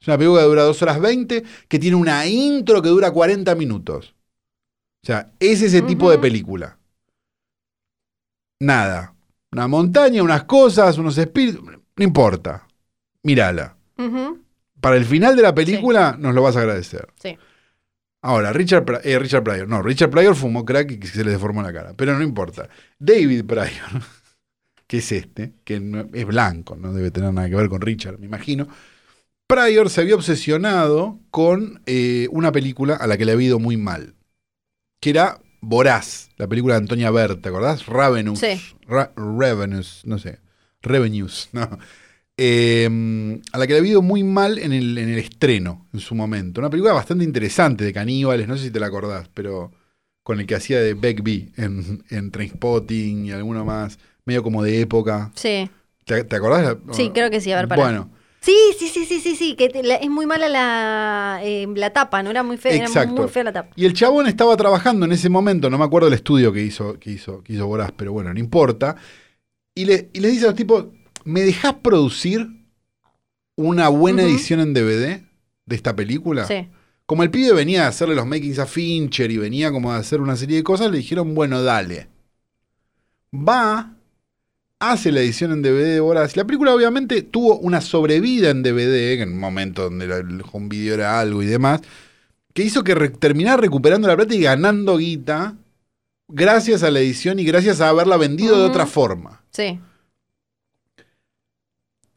S3: Es una película que dura 2 horas 20, que tiene una intro que dura 40 minutos. O sea, es ese tipo de
S2: Ujú.
S3: película. Nada. Una montaña, unas cosas, unos espíritus. No importa. Mírala.
S2: Ujú,
S3: Para el final de la película nos lo vas a agradecer.
S2: sí.
S3: Ahora, Richard, Pry- eh, Richard Pryor. No, Richard Pryor fumó crack y se le deformó la cara. Pero no importa. David Pryor, que es este, que no- es blanco, no debe tener nada que ver con Richard, me imagino. Pryor se había obsesionado con eh, una película a la que le había ido muy mal, que era Voraz, la película de Antonia Berta, ¿te acordás? Ravenous.
S2: Sí.
S3: Ra- Revenues, no sé. Revenues, no. Eh, a la que le había ido muy mal en el, en el estreno, en su momento. Una película bastante interesante de caníbales, no sé si te la acordás, pero con el que hacía de Begbie en, en Trainspotting y alguno más, medio como de época.
S2: Sí.
S3: ¿Te, te acordás?
S2: Sí, creo que sí, a ver, pará.
S3: Bueno,
S2: Sí, sí, sí, sí, sí, sí, que te- la- es muy mala la, eh, la tapa, no era muy fea, era
S3: Exacto.
S2: muy fea la tapa.
S3: Y el chabón estaba trabajando en ese momento, no me acuerdo el estudio que hizo, que hizo, que hizo Borás, pero bueno, no importa. Y, le, y les dice a los tipos, ¿me dejás producir una buena
S2: Ujú.
S3: edición en DVD de esta película?
S2: Sí.
S3: Como el pibe venía a hacerle los makings a Fincher y venía como a hacer una serie de cosas, le dijeron, bueno, dale. Va, hace la edición en DVD de Borás. La película obviamente tuvo una sobrevida en DVD, en un momento donde la- el home video era algo y demás, que hizo que re- terminara recuperando la plata y ganando guita gracias a la edición y gracias a haberla vendido de
S2: Ujú.
S3: otra forma.
S2: Sí.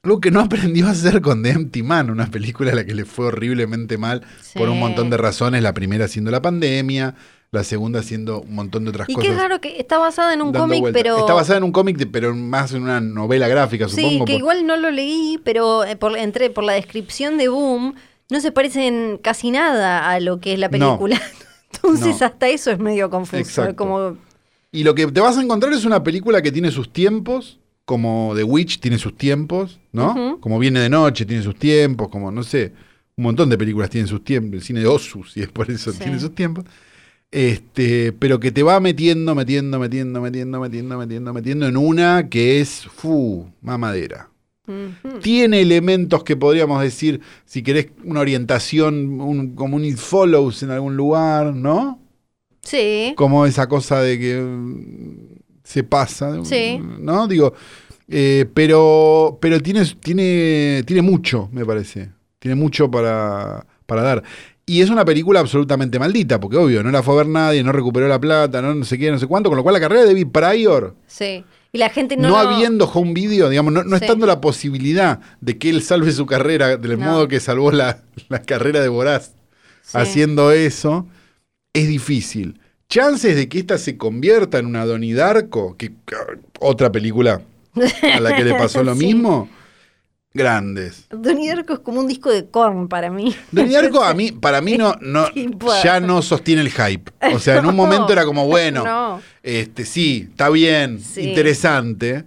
S3: Algo que no aprendió a hacer con The Empty Man, una película a la que le fue horriblemente mal por un montón de razones, la primera siendo la pandemia, la segunda siendo un montón de otras
S2: Y
S3: cosas.
S2: qué raro que está basada en un
S3: dando
S2: cómic,
S3: vuelta.
S2: pero.
S3: Está basada en un cómic, de- pero más en una novela gráfica,
S2: Sí,
S3: supongo.
S2: que
S3: por-
S2: igual no lo leí, pero eh, por, entre, por la descripción de Boom, no se parecen casi nada a lo que es la
S3: No.
S2: película. Entonces,
S3: No.
S2: hasta eso es medio confuso.
S3: Exacto.
S2: Como,
S3: Y lo que te vas a encontrar es una película que tiene sus tiempos, como The Witch tiene sus tiempos, ¿no?
S2: Ujú.
S3: Como Viene de Noche tiene sus tiempos, como no sé, un montón de películas tienen sus tiempos, el cine de Osus, y es por eso
S2: Sí.
S3: tiene sus tiempos. Este, pero que te va metiendo, metiendo, metiendo, metiendo, metiendo, metiendo, metiendo en una que es, fu, mamadera.
S2: ujú.
S3: tiene elementos que podríamos decir, si querés, una orientación, un, como un it follows en algún lugar, ¿no?
S2: Sí.
S3: Como esa cosa de que mm, se pasa,
S2: Sí.
S3: ¿no? Digo, eh, pero, pero tiene, tiene, tiene mucho, me parece. Tiene mucho para, para dar. Y es una película absolutamente maldita, porque obvio, no la fue a ver nadie, no recuperó la plata, no, no sé qué, no sé cuánto, con lo cual la carrera de David Pryor
S2: Sí. Y la gente no.
S3: no,
S2: lo-
S3: habiendo home video, digamos, no, no
S2: Sí.
S3: estando la posibilidad de que él salve su carrera del
S2: No.
S3: modo que salvó la, la carrera de Boraz
S2: Sí.
S3: haciendo eso, es difícil. Chances de que esta se convierta en una Donnie Darko, que, que, otra película a la que le pasó lo
S2: Sí.
S3: mismo, grandes.
S2: Donnie Darko es como un disco de corn para mí.
S3: Donnie Darko a mí, para mí no, no
S2: Tipo-
S3: ya no sostiene el hype. O sea, en un
S2: No.
S3: momento era como, bueno,
S2: No,
S3: este, sí, está bien,
S2: Sí.
S3: interesante,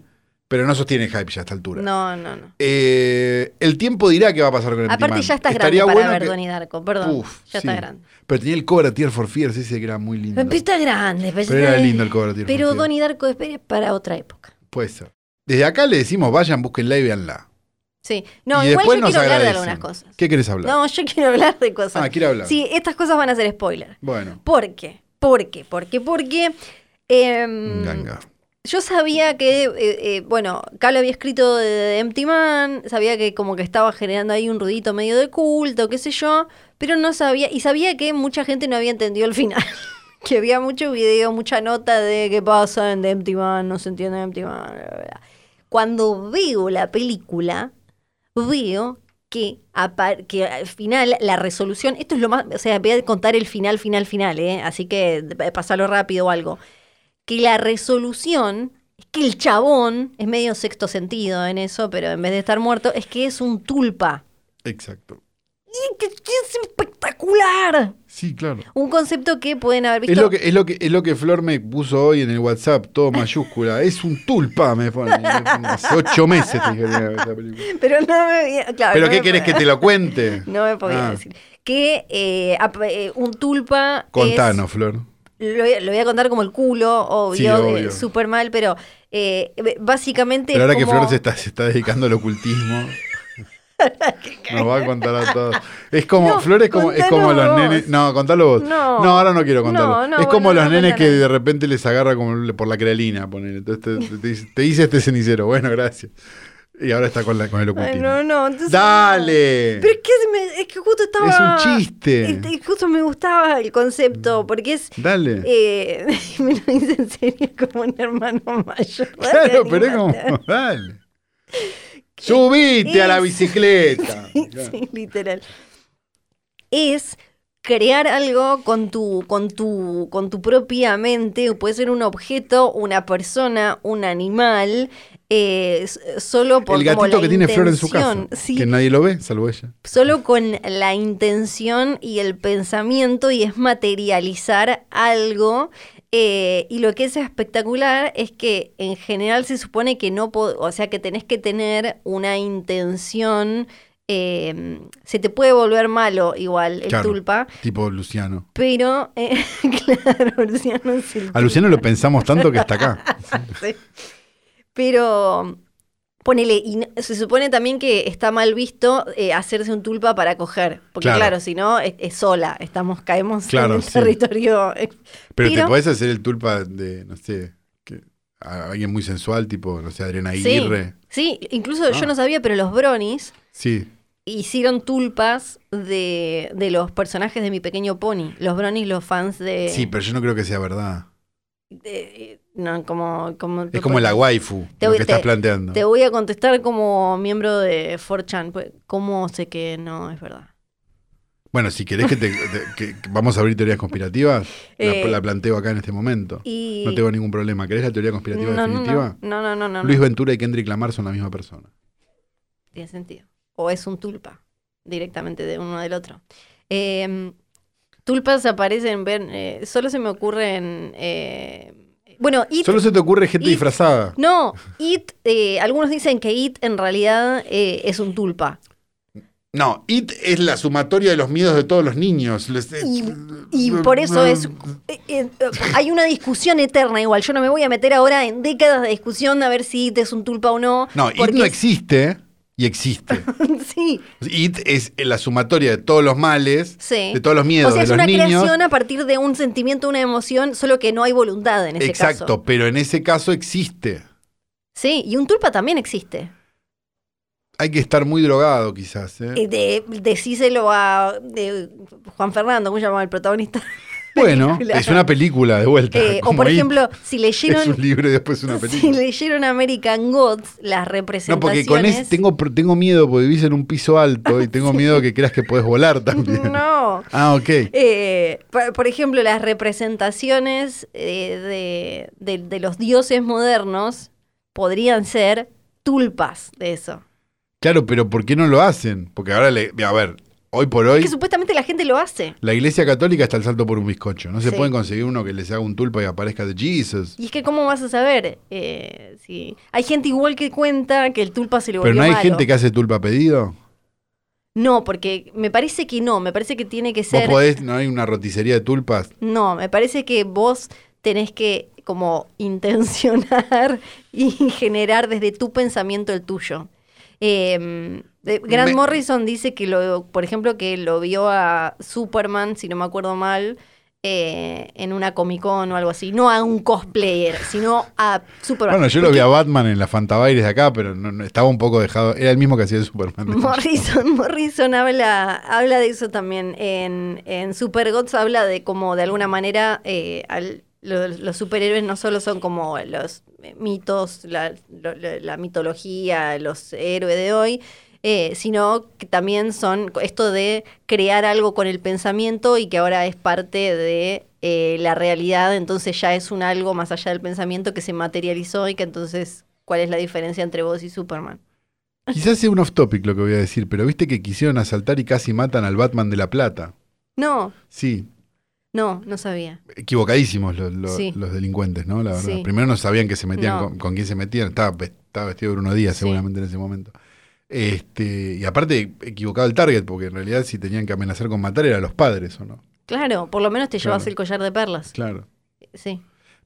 S3: pero no sostiene el hype ya a esta altura.
S2: no, no. no.
S3: Eh, el tiempo dirá qué va a pasar con el
S2: Aparte,
S3: Timán.
S2: ya estás grande
S3: Estaría
S2: para
S3: bueno
S2: ver
S3: que-
S2: Donnie Darko, perdón.
S3: Uf,
S2: ya está
S3: sí.
S2: grande.
S3: Pero tenía el Cobra Tier for Fears, ese que era muy lindo.
S2: Pero está grande. Pero,
S3: Pero era lindo el Cobra Tier for
S2: Pero
S3: Fears.
S2: Donnie Darko es es para otra época.
S3: Puede ser. Desde acá le decimos, vayan, búsquenla y véanla.
S2: Sí. No,
S3: y
S2: igual
S3: después
S2: yo
S3: nos
S2: quiero hablar de
S3: agradecen.
S2: algunas cosas.
S3: ¿Qué querés hablar?
S2: No, yo quiero hablar de cosas.
S3: ah, quiero hablar.
S2: Sí, estas cosas van a ser spoiler.
S3: Bueno,
S2: ¿Por qué? ¿Por qué? ¿Por qué? ¿Por qué? Em,
S3: ganga.
S2: yo sabía que, eh, eh, bueno, Calo había escrito de, de Empty Man, sabía que como que estaba generando ahí un ruidito medio de culto, qué sé yo, pero no sabía, y sabía que mucha gente no había entendido el final. que había mucho video, mucha nota de qué pasa en The Empty Man, no se entiende Empty Man. bla, bla, bla. Cuando veo la película, veo que, apar- que al final la resolución, esto es lo más, o sea, voy a contar el final, final, final, ¿eh? así que eh, pasalo rápido o algo que la resolución es que el chabón es medio sexto sentido en eso, pero en vez de estar muerto, es que es un tulpa.
S3: Exacto.
S2: Y que- que Es espectacular.
S3: Sí, claro.
S2: Un concepto que pueden haber visto.
S3: Es lo, que, es, lo que, es lo que Flor me puso hoy en el WhatsApp, todo mayúscula. es un tulpa, me pone. Hace ocho meses dije esa película.
S2: Pero no me había- claro,
S3: ¿Pero
S2: no
S3: qué
S2: me
S3: querés que
S2: podía-
S3: te lo cuente?
S2: No me podía
S3: Ah.
S2: decir. Que eh, ap- eh, un tulpa. es-
S3: Contanos, Flor.
S2: lo, voy a- lo voy a contar como el culo, obvio,
S3: Sí,
S2: eh,
S3: obvio.
S2: súper mal, pero eh, básicamente.
S3: Pero
S2: es
S3: ahora que
S2: como-
S3: Flor se está, se está dedicando al ocultismo. Nos va a contar a todos. Es como,
S2: No,
S3: Flor es como, es como
S2: contalo
S3: los
S2: vos.
S3: nenes. No, contalo vos.
S2: No.
S3: ahora no quiero contarlo.
S2: No, no,
S3: es como
S2: bueno,
S3: los
S2: no,
S3: nenes que
S2: cuéntalo.
S3: de repente les agarra como le- por la crealina, ponele. Entonces te, te- te dice, te hice este cenicero. Bueno, gracias. Y ahora está con, la- con el
S2: Ay,
S3: ocultismo.
S2: no, no, entonces-
S3: ¡Dale!
S2: Pero es que, se me- es que justo estaba.
S3: es un chiste. Mm.
S2: Este, justo me gustaba el concepto, porque es.
S3: Dale.
S2: eh, me lo dice en serio como un hermano mayor.
S3: claro,
S2: Dale,
S3: pero es como.
S2: anímate.
S3: Dale. Subite a la
S2: es?
S3: bicicleta. Claro.
S2: Sí, literal. Es crear algo con tu, con tu, con tu propia mente. Puede ser un objeto, una persona, un animal. eh, s- solo por
S3: El
S2: como
S3: gatito
S2: la
S3: que tiene Flor en su casa.
S2: intención. Sí,
S3: Que nadie lo ve, salvo ella.
S2: solo con la intención y el pensamiento y es materializar algo. eh, y lo que es espectacular es que en general se supone que no, po- o sea, que tenés que tener una intención eh, se te puede volver malo igual el
S3: Claro.
S2: tulpa,
S3: Tipo Luciano.
S2: pero eh, claro, Luciano es el
S3: A Luciano lo pensamos tanto que está acá.
S2: Sí. Pero ponele, y no- se supone también que está mal visto eh, hacerse un tulpa para coger, porque
S3: Claro.
S2: claro, si no es, es sola, estamos caemos
S3: Claro,
S2: en el
S3: sí.
S2: territorio. eh,
S3: Pero, te
S2: Pero-
S3: podés hacer el tulpa de, no sé, que- a alguien muy sensual, tipo, no sé, Adriana
S2: Sí,
S3: Aguirre.
S2: sí, incluso
S3: Ah.
S2: yo no sabía, pero los Bronis
S3: Sí.
S2: hicieron tulpas de, de los personajes de Mi Pequeño Pony, los Bronis, los fans de,
S3: Sí, pero yo no creo que sea verdad.
S2: de- no, como, como
S3: Es como la waifu,
S2: Te
S3: lo
S2: voy-
S3: que estás
S2: te-
S3: planteando.
S2: Te voy a contestar como miembro de 4chan, pues, ¿cómo sé que no es verdad?
S3: Bueno, si querés que te. te- que- que vamos a abrir teorías conspirativas, la-
S2: Eh,
S3: la, planteo acá en este momento.
S2: Y
S3: No tengo ningún problema. ¿Querés la teoría conspirativa definitiva?
S2: No, no, no, no, no.
S3: Luis Ventura y Kendrick Lamar son la misma persona.
S2: Tiene sentido. O es un tulpa, directamente de uno del otro. Eh, tulpas aparecen, ven, eh, solo se me ocurren... eh, bueno, It...
S3: Solo se te ocurre gente
S2: y-
S3: disfrazada.
S2: No, It, eh, algunos dicen que It en realidad eh, es un tulpa.
S3: No, IT es la sumatoria de los miedos de todos los niños. Les-
S2: Y, y por eso es... eh, eh, hay una discusión eterna igual. Yo no me voy a meter ahora en décadas de discusión a ver si It es un tulpa o no.
S3: No, IT
S2: porque
S3: no existe y existe.
S2: sí,
S3: IT es la sumatoria de todos los males,
S2: Sí.
S3: de todos los miedos
S2: o sea,
S3: de
S2: es
S3: los
S2: una
S3: niños.
S2: creación a partir de un sentimiento, una emoción, solo que no hay voluntad en ese
S3: Exacto,
S2: caso.
S3: pero en ese caso existe.
S2: Sí, y un tulpa también existe.
S3: Hay que estar muy drogado, quizás. ¿eh?
S2: Eh, De, decíselo a de Juan Fernando, ¿cómo se llama el protagonista?
S3: bueno,
S2: película.
S3: es una película de vuelta.
S2: Eh, o
S3: como
S2: por
S3: IT.
S2: ejemplo, si
S3: es
S2: leyeron,
S3: un libro y después una
S2: si
S3: película.
S2: leyeron American Gods, las
S3: No,
S2: representaciones.
S3: porque con ese tengo, pro- tengo miedo porque vivís en un piso alto y tengo miedo que creas que puedes volar también.
S2: No.
S3: Ah, ok.
S2: Eh, por, por ejemplo, las representaciones eh, de, de- de los dioses modernos podrían ser tulpas de eso.
S3: Claro, pero ¿por qué no lo hacen? Porque ahora, le, a ver, hoy por
S2: Es
S3: hoy,
S2: que supuestamente la gente lo hace.
S3: la iglesia católica está al salto por un bizcocho. No se
S2: Sí.
S3: pueden conseguir uno que les haga un tulpa y aparezca de Jesus.
S2: Y es que, ¿cómo vas a saber? Eh, si- Hay gente igual que cuenta que el tulpa se le volvió
S3: Pero no hay
S2: malo.
S3: gente que hace tulpa a pedido.
S2: No, porque me parece que no, me parece que tiene que
S3: Vos
S2: ser...
S3: podés, no hay una roticería de tulpas.
S2: No, me parece que vos tenés que como intencionar y generar desde tu pensamiento el tuyo. Eh, de- Grant
S3: Me-
S2: Morrison dice que, lo, por ejemplo, que lo vio a Superman, si no me acuerdo mal, eh, en una Comic Con o algo así. No a un cosplayer, sino a Superman.
S3: Bueno, yo lo
S2: Porque-
S3: vi a Batman en la Fantabaires de acá, pero no- no- estaba un poco dejado. Era el mismo que hacía el Superman. de-
S2: Morrison, Morrison habla, habla de eso también. En, en Super Gods habla de como de alguna manera eh, al- lo- los superhéroes no solo son como los mitos, la, lo- lo- la mitología, los héroes de hoy, eh, sino que también son esto de crear algo con el pensamiento y que ahora es parte de eh, la realidad, entonces ya es un algo más allá del pensamiento que se materializó y que entonces, ¿cuál es la diferencia entre vos y Superman?
S3: Quizás sea un off topic lo que voy a decir, pero viste que quisieron asaltar y casi matan al Batman de La Plata.
S2: No,
S3: Sí,
S2: No, no sabía.
S3: equivocadísimos los, los-
S2: Sí.
S3: los delincuentes, ¿no? La verdad.
S2: Sí.
S3: Primero no sabían que se metían
S2: No.
S3: con, con quién se metían. Estaba, ve- estaba vestido Bruno Díaz
S2: Sí.
S3: seguramente en ese momento. Este, y aparte, equivocado el target, porque en realidad si tenían que amenazar con matar eran los padres, ¿o no?
S2: Claro, por lo menos te llevas
S3: Claro.
S2: el collar de perlas.
S3: Claro.
S2: Sí.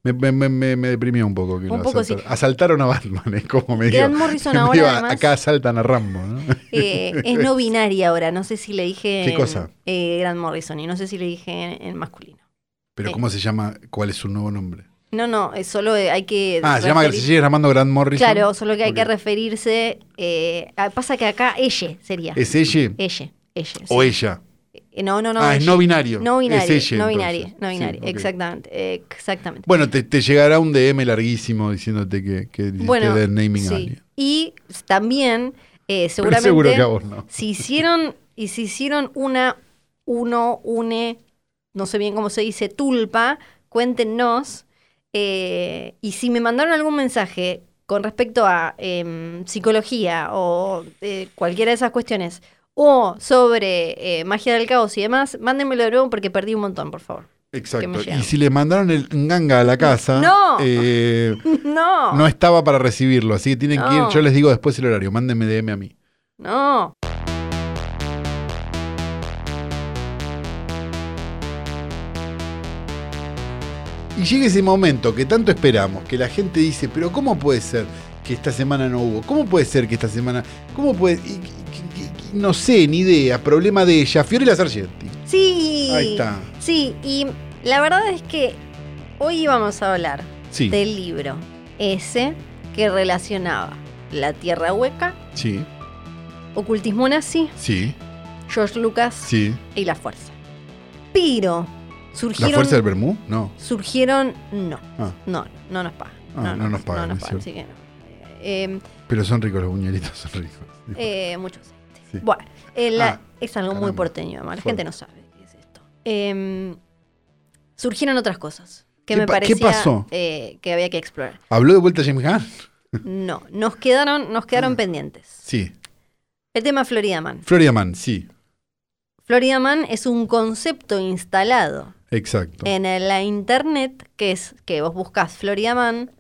S3: Me, me, me- me- me deprimió un poco que
S2: Un
S3: lo
S2: poco,
S3: asaltaron. Asaltaron a Batman, es como me digo.
S2: Grant Morrison
S3: me
S2: ahora,
S3: digo,
S2: además,
S3: acá asaltan a Rambo, ¿no?
S2: eh, es no binaria ahora. No sé si le dije.
S3: ¿Qué
S2: en-
S3: cosa?
S2: eh, Grant Morrison, y no sé si le dije en, en masculino.
S3: Pero
S2: eh.
S3: ¿cómo se llama? ¿Cuál es su nuevo nombre?
S2: No, no, es solo eh, hay que.
S3: Ah, se llama, se
S2: referir-
S3: sigue llamando Grant Morrison.
S2: Claro, solo que hay que
S3: Ok.
S2: referirse. eh, a- pasa que acá ella sería.
S3: ¿Es ella
S2: Ella. Ella. sí.
S3: o ella?
S2: Eh, No, no, no.
S3: ah, es
S2: ella.
S3: no binario.
S2: No binaria.
S3: Es ella,
S2: no
S3: entonces.
S2: binaria. No
S3: Sí,
S2: binaria.
S3: ok.
S2: Exactamente. eh, Exactamente.
S3: Bueno, te, te llegará un DM larguísimo diciéndote que, que hiciste
S2: Bueno,
S3: de naming
S2: sí.
S3: a alguien.
S2: Y también, eh,
S3: Pero
S2: seguramente.
S3: seguro que a vos no.
S2: Si hicieron, y si hicieron una, uno, une, no sé bien cómo se dice, tulpa, cuéntenos. eh, y si me mandaron algún mensaje con respecto a em, psicología o eh, cualquiera de esas cuestiones, o sobre eh, magia del caos y demás, mándenmelo de nuevo porque perdí un montón, por favor. que me
S3: Exacto.
S2: llegaron.
S3: Y si le mandaron el ganga a la casa,
S2: No.
S3: eh,
S2: No,
S3: no estaba para recibirlo. Así que tienen que ir.
S2: No.
S3: Yo les digo después el horario. Mándenme DM a mí.
S2: no.
S3: Y llega ese momento que tanto esperamos, que la gente dice, pero ¿cómo puede ser que esta semana no hubo? ¿Cómo puede ser que esta semana... ¿Cómo puede...? y- y- y- y- no sé, ni idea. Problema de ella. Fiorella Sargenti.
S2: Sí.
S3: Ahí está.
S2: Sí, y la verdad es que hoy íbamos a hablar
S3: Sí.
S2: del libro ese que relacionaba la Tierra Hueca,
S3: Sí.
S2: ocultismo nazi,
S3: Sí.
S2: George Lucas
S3: Sí.
S2: y la Fuerza. Pero
S3: ¿La
S2: surgieron...
S3: fuerza del Bermú? No.
S2: Surgieron... No,
S3: Ah.
S2: no, no nos pagan.
S3: Ah, no nos pagan, es cierto.
S2: así que no. Eh,
S3: Pero son ricos los buñuelitos, son ricos.
S2: Eh, muchos aceites.
S3: Sí.
S2: Bueno, eh, la-
S3: Ah,
S2: es algo muy
S3: caramba.
S2: porteño, además. La
S3: Fuerte.
S2: gente no sabe qué es esto. Eh, surgieron otras cosas que
S3: ¿Qué
S2: me
S3: pa- qué
S2: parecía
S3: pasó?
S2: eh, que había que explorar.
S3: ¿Habló de vuelta James Gunn?
S2: No, nos quedaron, nos quedaron pendientes.
S3: Sí.
S2: El tema Florida Man.
S3: Florida Man, sí.
S2: Florida Man es un concepto instalado
S3: Exacto.
S2: en la internet que es que vos buscas Florida Man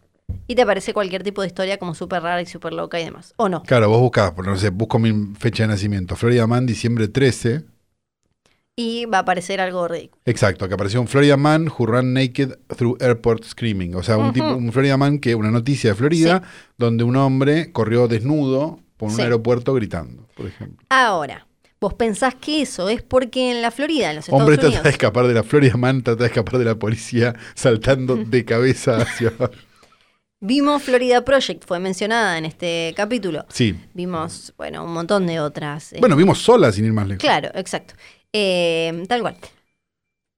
S2: y te aparece cualquier tipo de historia como súper rara y súper loca y demás. ¿O no?
S3: Claro, vos buscás, por no sé, busco mi fecha de nacimiento. Florida Man, diciembre 13.
S2: Y va a aparecer algo ridículo.
S3: Exacto, que apareció un Florida Man who ran naked through airport screaming. O sea, un,
S2: Ujú.
S3: tipo, un Florida Man que, una noticia de Florida, donde un hombre corrió desnudo por un
S2: Sí.
S3: aeropuerto gritando, por ejemplo.
S2: Ahora, vos pensás que eso es porque en la Florida, en los Estados
S3: hombre
S2: Unidos.
S3: trata de escapar de la Florida Man, trata de escapar de la policía, saltando de cabeza hacia abajo.
S2: Vimos Florida Project, fue mencionada en este capítulo.
S3: Sí.
S2: Vimos, bueno, un montón de otras. eh,
S3: Bueno, vimos sola sin ir más lejos.
S2: Claro, exacto. Eh, tal cual.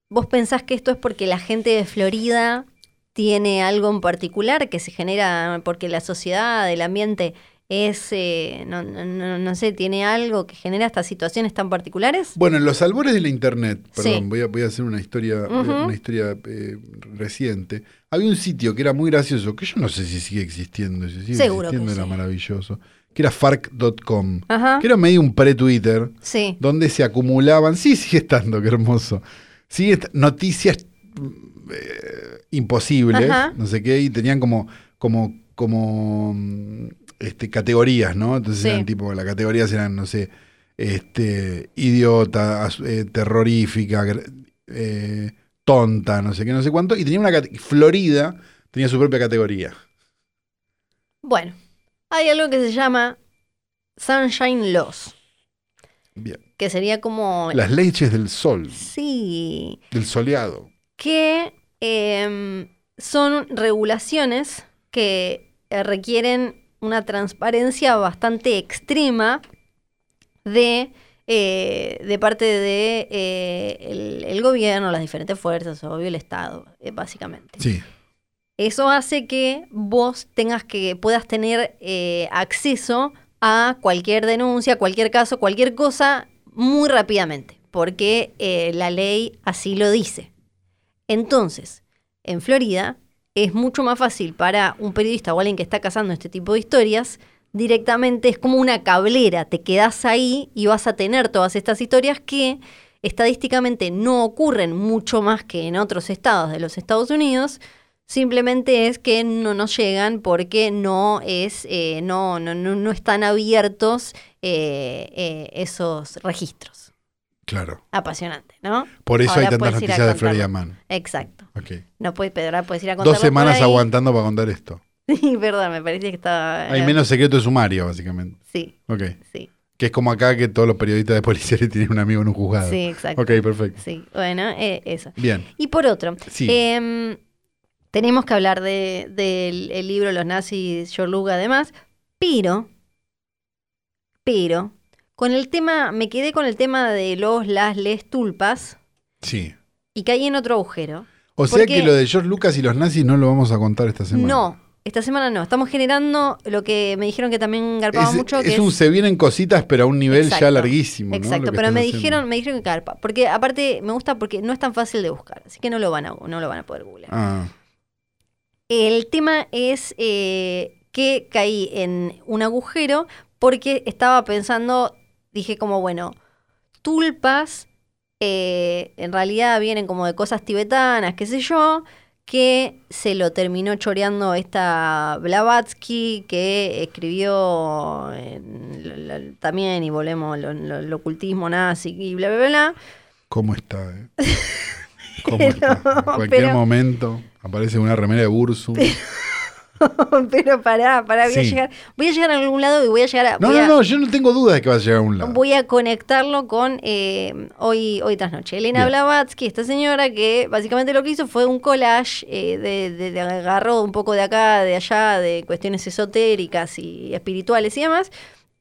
S2: ¿Vos pensás que esto es porque la gente de Florida tiene algo en particular que se genera porque la sociedad, el ambiente es, eh, no, no- no- no sé, tiene algo que genera estas situaciones tan particulares?
S3: Bueno, en los albores de la internet, perdón,
S2: Sí.
S3: voy, a, voy a hacer una historia,
S2: Ujú.
S3: una historia eh, reciente. Había un sitio que era muy gracioso, que yo no sé si sigue existiendo, si sigue
S2: Seguro que
S3: existiendo era
S2: sí.
S3: maravilloso, que era farc.com,
S2: Ajá.
S3: que era medio un pre-Twitter,
S2: Sí.
S3: donde se acumulaban, sí, sigue estando, qué hermoso, sigue est- noticias mm, eh, imposibles,
S2: Ajá.
S3: no sé qué, y tenían como, como, como mm, este, categorías, ¿no? Entonces
S2: Sí.
S3: eran tipo, las categorías eran, no sé, este, idiota, as- eh, terrorífica, gr- eh, tonta, no sé qué, no sé cuánto, y tenía una cate- Florida tenía su propia categoría.
S2: Bueno, hay algo que se llama Sunshine Laws,
S3: Bien.
S2: que sería como...
S3: Las leches del sol,
S2: Sí,
S3: del soleado.
S2: que em, son regulaciones que eh, requieren una transparencia bastante extrema de, eh, de parte de eh, el, el gobierno, las diferentes fuerzas, obvio el Estado, eh, básicamente.
S3: Sí.
S2: Eso hace que vos tengas que puedas tener eh, acceso a cualquier denuncia, cualquier caso, cualquier cosa muy rápidamente, porque eh, la ley así lo dice. Entonces, en Florida es mucho más fácil para un periodista o alguien que está cazando este tipo de historias, directamente es como una cablera, te quedás ahí y vas a tener todas estas historias que estadísticamente no ocurren mucho más que en otros estados de los Estados Unidos, simplemente es que no nos llegan porque no es eh, no, no, no, no están abiertos eh, eh, esos registros.
S3: Claro.
S2: Apasionante, ¿no?
S3: Por eso
S2: Ahora
S3: hay tantas
S2: puedes ir a
S3: noticias de
S2: contarlo.
S3: Florida Man.
S2: Exacto.
S3: Ok.
S2: No puedes pedrar, puedes ir a contar.
S3: Dos semanas aguantando para contar esto.
S2: Sí, perdón, me parecía que estaba. eh,
S3: Hay menos secreto de sumario, básicamente.
S2: Sí,
S3: Ok.
S2: sí,
S3: Que es como acá que todos los periodistas de policía le tienen un amigo en un juzgado.
S2: sí, exacto.
S3: Ah, Ok, perfecto.
S2: Sí, bueno, eh, eso.
S3: Bien.
S2: Y por otro,
S3: Sí.
S2: em, tenemos que hablar de- del el libro Los nazis, George Lucas, además, pero, pero, con el tema, me quedé con el tema de los, las, les, tulpas
S3: Sí.
S2: y caí en otro agujero.
S3: O sea
S2: qué?
S3: que lo de George Lucas y los nazis no lo vamos a contar esta semana.
S2: No, esta semana no, estamos generando lo que me dijeron que también garpaba
S3: Es,
S2: mucho. que
S3: es un se vienen cositas, pero a un nivel ya
S2: Exacto.
S3: larguísimo. ¿no? Lo
S2: Exacto,
S3: que
S2: pero
S3: estás
S2: me
S3: haciendo.
S2: dijeron, me dijeron que carpa, porque aparte me gusta porque no es tan fácil de buscar, así que no lo van a, no lo van a poder googlear.
S3: Ah,
S2: El tema es eh, que caí en un agujero porque estaba pensando, dije como, bueno, tulpas eh, en realidad vienen como de cosas tibetanas, qué sé yo, que se lo terminó choreando esta Blavatsky que escribió en lo- lo- también, y volvemos, al ocultismo nazi y bla, bla, bla. bla.
S3: ¿cómo está? eh? ¿Cómo
S2: Pero-
S3: está? En cualquier
S2: pero-
S3: momento aparece una remera de Bursu.
S2: Pero pará, pará, voy a
S3: Sí.
S2: llegar. Voy a llegar a algún lado y voy a llegar a.
S3: No,
S2: voy
S3: no,
S2: a-
S3: no, yo no tengo dudas de que vas a llegar a un lado.
S2: Voy a conectarlo con eh, hoy, hoy tras noche. Elena
S3: Bien.
S2: Blavatsky, esta señora que básicamente lo que hizo fue un collage eh, de, de- de- agarró un poco de acá, de allá, de cuestiones esotéricas y espirituales y demás,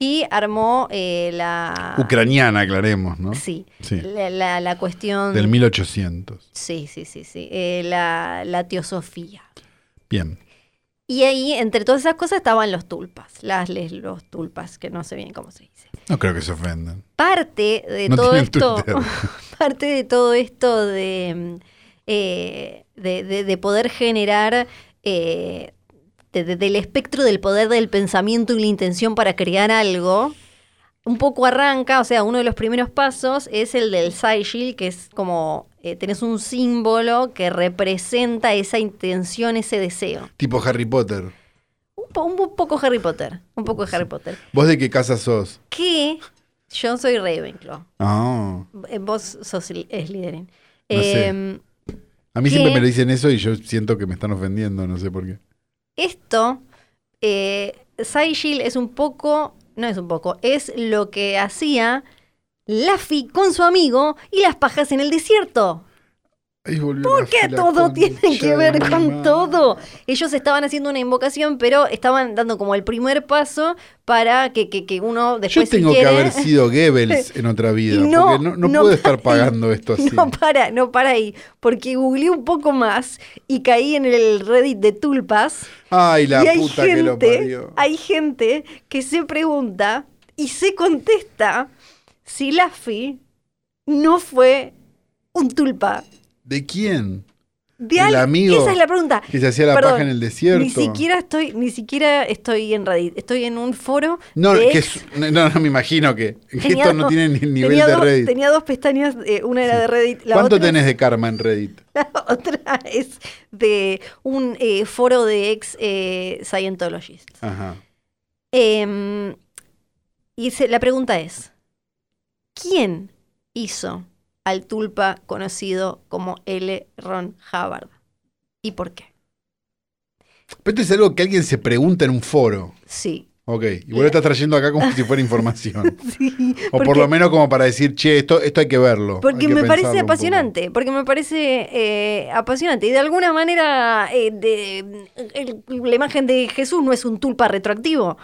S2: y armó eh, la.
S3: Ucraniana, aclaremos, ¿no?
S2: Sí,
S3: Sí.
S2: La, la- la cuestión.
S3: Del 1800.
S2: Sí, sí, sí, sí. eh, la, la teosofía.
S3: Bien.
S2: Y ahí, entre todas esas cosas, estaban los tulpas, las les, los tulpas, que no sé bien cómo se dice.
S3: No creo que se ofendan.
S2: Parte de
S3: No
S2: todo
S3: tienen
S2: esto,
S3: Twitter.
S2: parte de todo esto de, mm, eh, de, de- de poder generar eh, de- de- del espectro del poder del pensamiento y la intención para crear algo, un poco arranca, o sea, uno de los primeros pasos es el del Saishil, que es como eh, tenés un símbolo que representa esa intención, ese deseo.
S3: Tipo Harry Potter.
S2: Un, po- un poco Harry Potter, un poco Harry Potter.
S3: ¿Vos de qué casa sos?
S2: Que yo soy Ravenclaw.
S3: Ah.
S2: Eh, Vos sos Sly- eh, Slytherin.
S3: No sé.
S2: Em,
S3: A mí
S2: ¿Qué?
S3: siempre me lo dicen eso y yo siento que me están ofendiendo, no sé por qué.
S2: esto, eh, Saishil es un poco, no es un poco, es lo que hacía Laffy con su amigo y las pajas en el desierto.
S3: Ahí volvió la
S2: Porque
S3: fila,
S2: todo tiene
S3: concha
S2: que
S3: de
S2: ver
S3: mi
S2: con
S3: madre.
S2: todo. Ellos estaban haciendo una invocación, pero estaban dando como el primer paso para que, que- que uno después
S3: Yo tengo
S2: si quiere,
S3: que haber sido Goebbels en otra vida.
S2: Y no,
S3: porque no, no
S2: no
S3: puedo estar
S2: para-
S3: pagando esto así.
S2: No para, no para ahí, porque googleé un poco más y caí en el Reddit de Tulpas.
S3: Ay, la
S2: y hay
S3: puta que lo
S2: gente,
S3: parió.
S2: hay gente que se pregunta y se contesta si Laffy no fue un tulpa.
S3: ¿De quién?
S2: De
S3: El
S2: al-
S3: amigo
S2: Esa es la pregunta.
S3: Que se hacía la
S2: Perdón,
S3: paja en el desierto.
S2: Ni siquiera estoy, ni siquiera estoy en Reddit, estoy en un foro.
S3: No,
S2: de
S3: que
S2: ex-
S3: es- no, no, me imagino que, que
S2: tenía
S3: esto no
S2: dos-
S3: tiene ni el nivel
S2: tenía
S3: de
S2: dos-
S3: Reddit.
S2: Tenía dos pestañas, eh, una era de Reddit, la
S3: ¿Cuánto
S2: otra
S3: tenés de karma en Reddit?
S2: La otra es de un eh, foro de ex eh, Scientologists.
S3: Ajá.
S2: Em, y se- la pregunta es: ¿quién hizo al tulpa conocido como L. Ron Hubbard? ¿Y por qué?
S3: Pero esto es algo que alguien se pregunta en un foro.
S2: Sí.
S3: Ok, y
S2: Eh.
S3: vos lo estás trayendo acá como si fuera información.
S2: sí
S3: O por lo menos como para decir, che, esto, esto hay que verlo.
S2: Porque
S3: hay que
S2: me
S3: pensarlo
S2: parece
S3: un poco.
S2: apasionante, porque me parece eh, apasionante. Y de alguna manera, eh, de- el- la imagen de Jesús no es un tulpa retroactivo.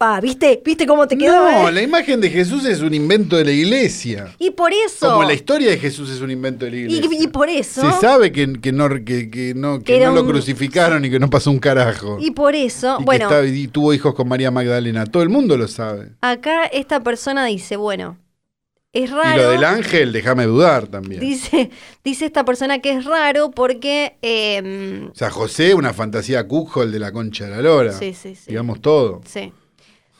S2: Ah, ¿viste? ¿Viste cómo te quedó?
S3: No,
S2: eh?
S3: la imagen de Jesús es un invento de la iglesia.
S2: Y por eso.
S3: Como la historia de Jesús es un invento de la iglesia.
S2: y, y por eso.
S3: Se sabe que, que no, que, que no, que
S2: Que era
S3: no lo
S2: un-
S3: crucificaron y que no pasó un carajo.
S2: Y por eso.
S3: Y que
S2: bueno,
S3: estaba- y tuvo hijos con María Magdalena. Todo el mundo lo sabe.
S2: acá esta persona dice, bueno, es
S3: Y lo
S2: raro.
S3: del ángel, déjame dudar también.
S2: dice, dice esta persona que es raro porque. em,
S3: O sea, José, una fantasía el de la concha de la lora.
S2: sí, sí, sí.
S3: Digamos todo.
S2: Sí.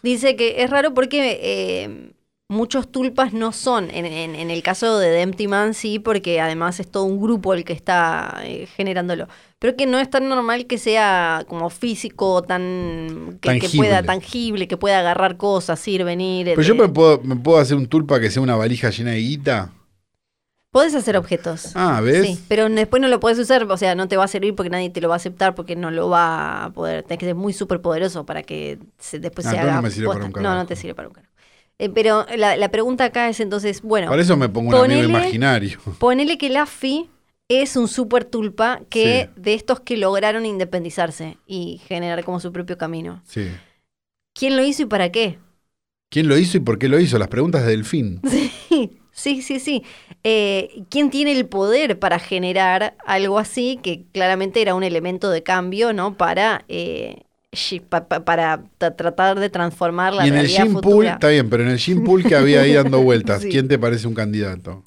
S2: Dice que es raro porque eh, muchos tulpas no son. En, en- en el caso de The Empty Man sí, porque además es todo un grupo el que está eh, generándolo. Pero que no es tan normal que sea como físico, tan que, que
S3: Tangible.
S2: pueda tangible, que pueda agarrar cosas, ir, venir.
S3: Pero
S2: eh,
S3: yo me puedo, me puedo hacer un tulpa que sea una valija llena de guita.
S2: Podés hacer objetos.
S3: Ah, ¿ves?
S2: Sí, pero después no lo podés usar, o sea, no te va a servir porque nadie te lo va a aceptar, porque no lo va a poder. Tenés que ser muy súper poderoso para que se- después
S3: Ah,
S2: se
S3: entonces
S2: haga.
S3: no me sirve para
S2: posta.
S3: un
S2: no,
S3: carajo.
S2: no te sirve para un carajo. Eh, pero la, la pregunta acá es entonces, bueno,
S3: Para eso me pongo un
S2: Ponele-
S3: amigo imaginario.
S2: ponele que Laffy es un súper tulpa que de estos que lograron independizarse y generar como su propio camino.
S3: Sí.
S2: ¿Quién lo hizo y para qué?
S3: ¿Quién lo hizo y por qué lo hizo? Las preguntas de Delfín.
S2: Sí, sí, sí. Eh, ¿Quién tiene el poder para generar algo así que claramente era un elemento de cambio, ¿no? Para, eh, shi- pa- pa- para tra- tratar de transformar la
S3: Y en el
S2: realidad
S3: gym pool,
S2: futura.
S3: está bien, pero en el gym pool que había ahí dando vueltas,
S2: Sí.
S3: ¿quién te parece un candidato?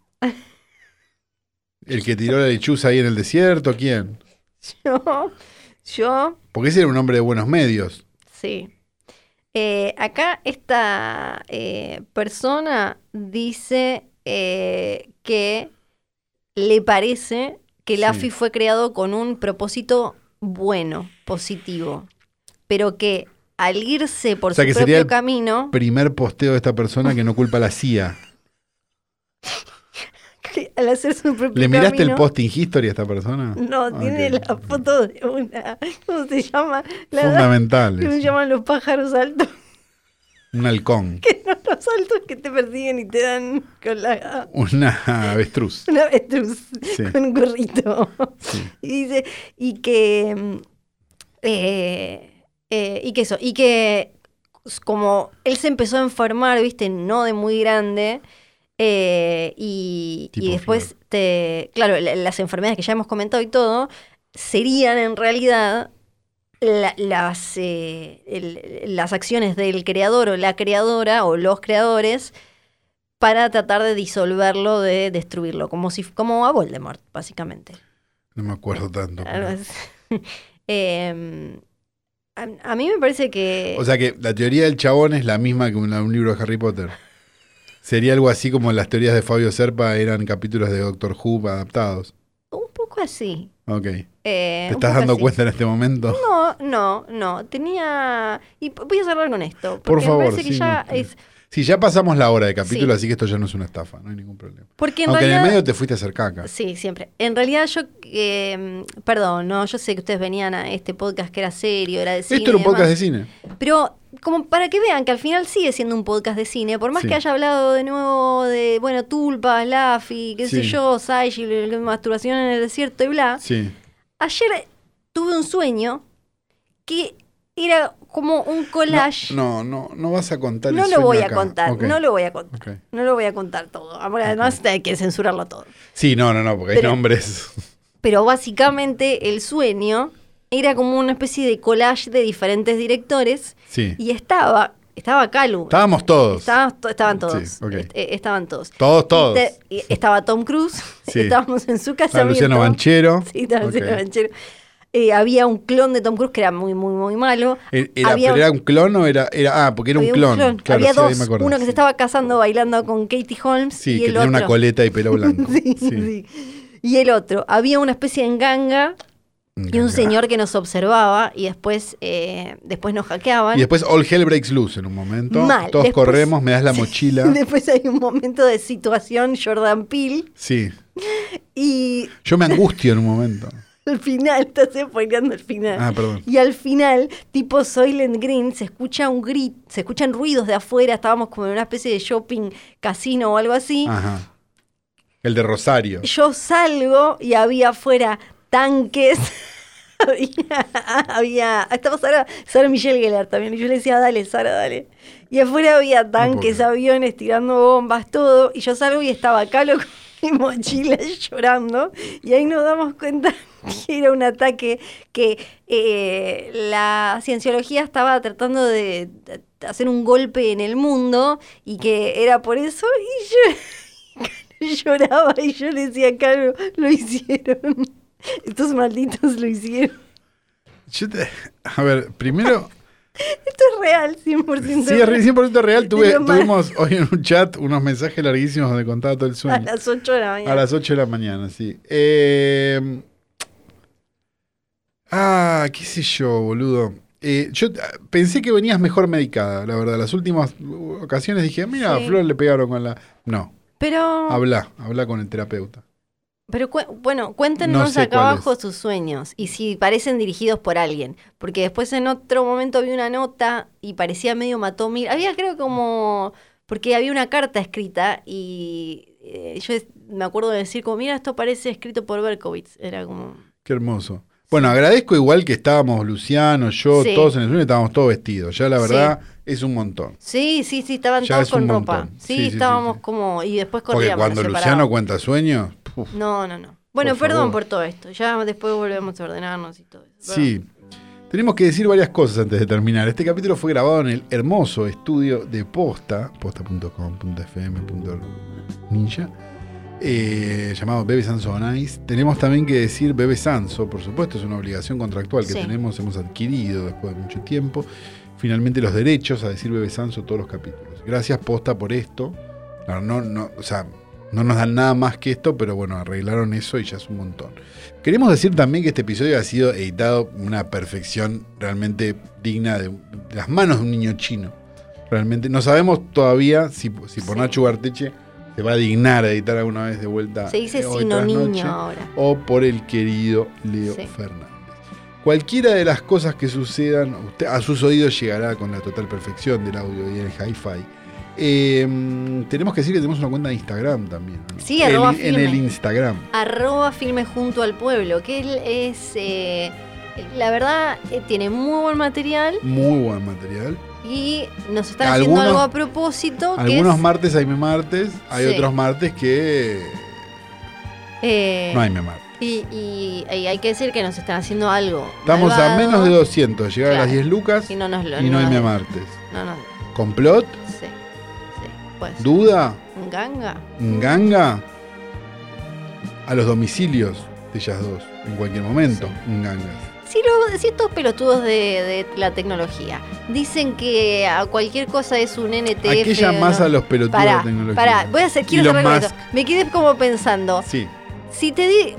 S3: ¿El que tiró la lechuza ahí en el desierto? ¿Quién?
S2: Yo, yo,
S3: Porque ese era un hombre de buenos medios.
S2: sí. Eh, acá esta eh, persona dice eh, que le parece que el
S3: Sí.
S2: AFI fue creado con un propósito bueno, positivo, pero que al irse por
S3: O sea,
S2: su
S3: que
S2: propio
S3: sería el-
S2: camino,
S3: Primer posteo de esta persona que no culpa a la CIA.
S2: al hacer su propio
S3: ¿Le miraste el
S2: camino-
S3: posting history a esta persona?
S2: No,
S3: Ah,
S2: tiene
S3: ok.
S2: la foto de una. ¿Cómo se llama? La
S3: Fundamental.
S2: ¿Cómo se
S3: eso.
S2: llaman los pájaros altos?
S3: Un halcón.
S2: los altos que te persiguen y te dan con la.
S3: Una avestruz.
S2: Una avestruz con un gorrito.
S3: Sí.
S2: Y dice. Y que. mm, eh, eh, y que eso. Y que. s- Como él se empezó a enfermar, viste, no de muy grande. eh, y, y
S3: Tipo
S2: después te. Claro, la- las enfermedades que ya hemos comentado y todo. Serían en realidad la- las, eh, el- las acciones del creador o la creadora o los creadores para tratar de disolverlo, de destruirlo, como si como a Voldemort, básicamente.
S3: No me acuerdo tanto. pero-
S2: Algo así. Em, a, a mí me parece que...
S3: O sea que la teoría del chabón es la misma que una- un libro de Harry Potter. Sería algo así como las teorías de Fabio Serpa eran capítulos de Doctor Who adaptados.
S2: un poco así.
S3: Ok. ¿Te
S2: Eh, un
S3: estás
S2: poco
S3: dando
S2: así.
S3: cuenta en este momento?
S2: No, no, no. Tenía... Y p- voy a cerrar con esto.
S3: Por
S2: Porque
S3: favor,
S2: Me parece que
S3: sí,
S2: ya
S3: no,
S2: es...
S3: Sí, ya pasamos la hora de capítulo,
S2: Sí.
S3: así que esto ya no es una estafa, no hay ningún problema.
S2: Porque en
S3: Aunque en
S2: realidad...
S3: el medio te fuiste a hacer caca.
S2: Sí, siempre. En realidad yo, eh, perdón, no, yo sé que ustedes venían a este podcast que era serio, era de cine.
S3: Esto era un
S2: y demás,
S3: podcast de cine.
S2: Pero como para que vean que al final sigue siendo un podcast de cine, por más
S3: Sí.
S2: que haya hablado de nuevo de, bueno, tulpas, Laffy, qué sé
S3: Sí.
S2: yo, Saishi, masturbación en el desierto y bla.
S3: Sí.
S2: Ayer tuve un sueño que era como un collage.
S3: No, no, no vas a contar el
S2: No lo
S3: sueño
S2: voy a
S3: acá.
S2: contar,
S3: Ok.
S2: no lo voy a contar.
S3: Ok.
S2: No lo voy a contar todo. Ahora, además, hay que censurarlo todo.
S3: Sí, no, no, no, porque hay
S2: Pero-
S3: nombres.
S2: pero básicamente el sueño era como una especie de collage de diferentes directores
S3: Sí.
S2: y estaba estaba Calu
S3: Estábamos todos.
S2: Estaba- to- estaban todos
S3: Sí, ok.
S2: Est- eh, estaban todos
S3: Todos, todos.
S2: Y te- y estaba Tom Cruise
S3: Sí.
S2: estábamos en su casa
S3: Estaba Luciano Banchero.
S2: sí estaba
S3: Ok.
S2: Luciano Banchero Eh, había un clon de Tom Cruise que era muy muy muy malo
S3: Eh, Era,
S2: Había
S3: pero
S2: un-
S3: era un clon o era, era ah, porque era un
S2: había
S3: clon. Claro,
S2: había
S3: sí, ahí
S2: dos
S3: me acordé,
S2: uno que
S3: sí.
S2: se estaba casando bailando con Katie Holmes
S3: Sí,
S2: y
S3: que
S2: el
S3: tenía
S2: otro
S3: una coleta y pelo blanco.
S2: Sí,
S3: Sí.
S2: sí. y el otro había una especie de enganga Y un señor que nos observaba y después, eh, después nos hackeaban.
S3: Y después all hell breaks loose en un momento.
S2: Mal,
S3: Todos
S2: después-
S3: corremos, me das la mochila.
S2: Después hay un momento de situación Jordan Peele
S3: Sí.
S2: y
S3: Yo me angustio en un momento.
S2: al final, estás spoileando el final.
S3: Ah, perdón.
S2: Y al final, tipo Soylent Green, se escucha un grit, se escuchan ruidos de afuera, estábamos como en una especie de shopping, casino o algo así.
S3: Ajá. El de Rosario.
S2: Yo salgo y había afuera tanques. había, había. Estaba Sara, Sara Michelle Gellar también. Y yo le decía, dale, Sara, dale. Y afuera había tanques,
S3: creer.
S2: aviones, tirando bombas, todo. Y yo salgo y estaba Calo con mi mochila llorando. Y ahí nos damos cuenta que era un ataque que eh, la cienciología estaba tratando de de hacer un golpe en el mundo y que era por eso. Y yo lloraba y yo le decía, Caro, lo hicieron. Estos malditos lo hicieron.
S3: Yo te- a ver, primero.
S2: Esto es real, 100%.
S3: Sí, es re- 100% real. Tuve-
S2: Pero mal.
S3: tuvimos hoy en un chat unos mensajes larguísimos donde contaba todo el
S2: A
S3: sueño.
S2: las 8 de la mañana.
S3: A las 8 de la mañana, sí. Eh, ah, qué sé yo, boludo. Eh, yo ah, pensé que venías mejor medicada, la verdad. Las últimas uh, ocasiones dije, mira, a
S2: Sí.
S3: Flor le pegaron con la... No,
S2: Pero,
S3: habla, habla con el terapeuta.
S2: pero cu- bueno, cuéntenos
S3: No sé
S2: acá
S3: cuál
S2: abajo sus sueños y si parecen dirigidos por alguien. Porque después en otro momento vi una nota y parecía medio mató mil. Había creo como... Porque había una carta escrita y eh, yo es- me acuerdo de decir como, mira, esto parece escrito por Berkowitz. Era como...
S3: Qué hermoso. Bueno, agradezco igual que estábamos Luciano, yo,
S2: Sí.
S3: todos en el sueño, estábamos todos vestidos. Ya la
S2: Sí.
S3: verdad es un montón.
S2: Sí, sí, sí, estaban
S3: Ya
S2: todos
S3: es un
S2: con ropa.
S3: montón.
S2: Sí,
S3: Sí, sí, sí,
S2: estábamos
S3: sí.
S2: como. Y después
S3: Porque
S2: corríamos. nos
S3: cuando Luciano
S2: separábamos.
S3: cuenta sueños... puf,
S2: No, no, no. Bueno,
S3: Por
S2: perdón
S3: favor.
S2: por todo esto. Ya después volvemos a ordenarnos y todo eso. Perdón.
S3: Sí. Tenemos que decir varias cosas antes de terminar. Este capítulo fue grabado en el hermoso estudio de Posta, posta.com.fm.ninja, eh, llamado Bebe Sanso on Ice. Tenemos también que decir Bebe Sanso, por supuesto, es una obligación contractual que
S2: Sí.
S3: tenemos, hemos adquirido después de mucho tiempo. Finalmente, los derechos a decir Bebe Sanso todos los capítulos. Gracias, Posta, por esto. No, no, no, o sea, no nos dan nada más que esto, pero bueno, arreglaron eso y ya es un montón. Queremos decir también que este episodio ha sido editado una perfección realmente digna de, de las manos de un niño chino. Realmente no sabemos todavía si, si por
S2: Sí.
S3: Nacho Barteche se va a dignar a editar alguna vez de vuelta.
S2: Se dice
S3: eh, hoy
S2: sino
S3: tras
S2: niño
S3: noche,
S2: ahora.
S3: O por el querido Leo
S2: Sí.
S3: Fernández. Cualquiera de las cosas que sucedan, usted- a sus oídos llegará con la total perfección del audio y el hi-fi. Eh, tenemos que decir que tenemos una cuenta de Instagram también. ¿no?
S2: Sí, arroba
S3: El- En
S2: firme.
S3: el Instagram.
S2: Arroba filme junto al pueblo, que él es... eh, la verdad, eh, tiene muy buen material
S3: Muy buen material.
S2: y nos están haciendo
S3: Algunos-
S2: algo a propósito, que
S3: Algunos
S2: es...
S3: martes hay me martes, hay
S2: Sí.
S3: otros martes que
S2: eh,
S3: no hay me martes.
S2: y, y- y hay que decir que nos están haciendo algo.
S3: Estamos a
S2: malvado,
S3: menos de 200, llegar a las
S2: Claro.
S3: 10 lucas
S2: Y
S3: y no,
S2: no nos lo...
S3: hay
S2: nos-
S3: me martes.
S2: No, no,
S3: ¿Complot?
S2: sí. Sí, pues...
S3: ¿Duda?
S2: ¿Un ganga?
S3: ¿Nganga? A los domicilios de ellas dos, en cualquier momento. Nganga.
S2: Si, lo- si estos pelotudos de, de la tecnología dicen que a cualquier cosa es un NTF.
S3: Aquella
S2: ¿no?
S3: más a los pelotudos
S2: Pará,
S3: de tecnología.
S2: pará, voy a hacer, quiero
S3: Elon
S2: cerrar con esto.
S3: Musk.
S2: Me quedé como pensando,
S3: Sí,
S2: si te, di-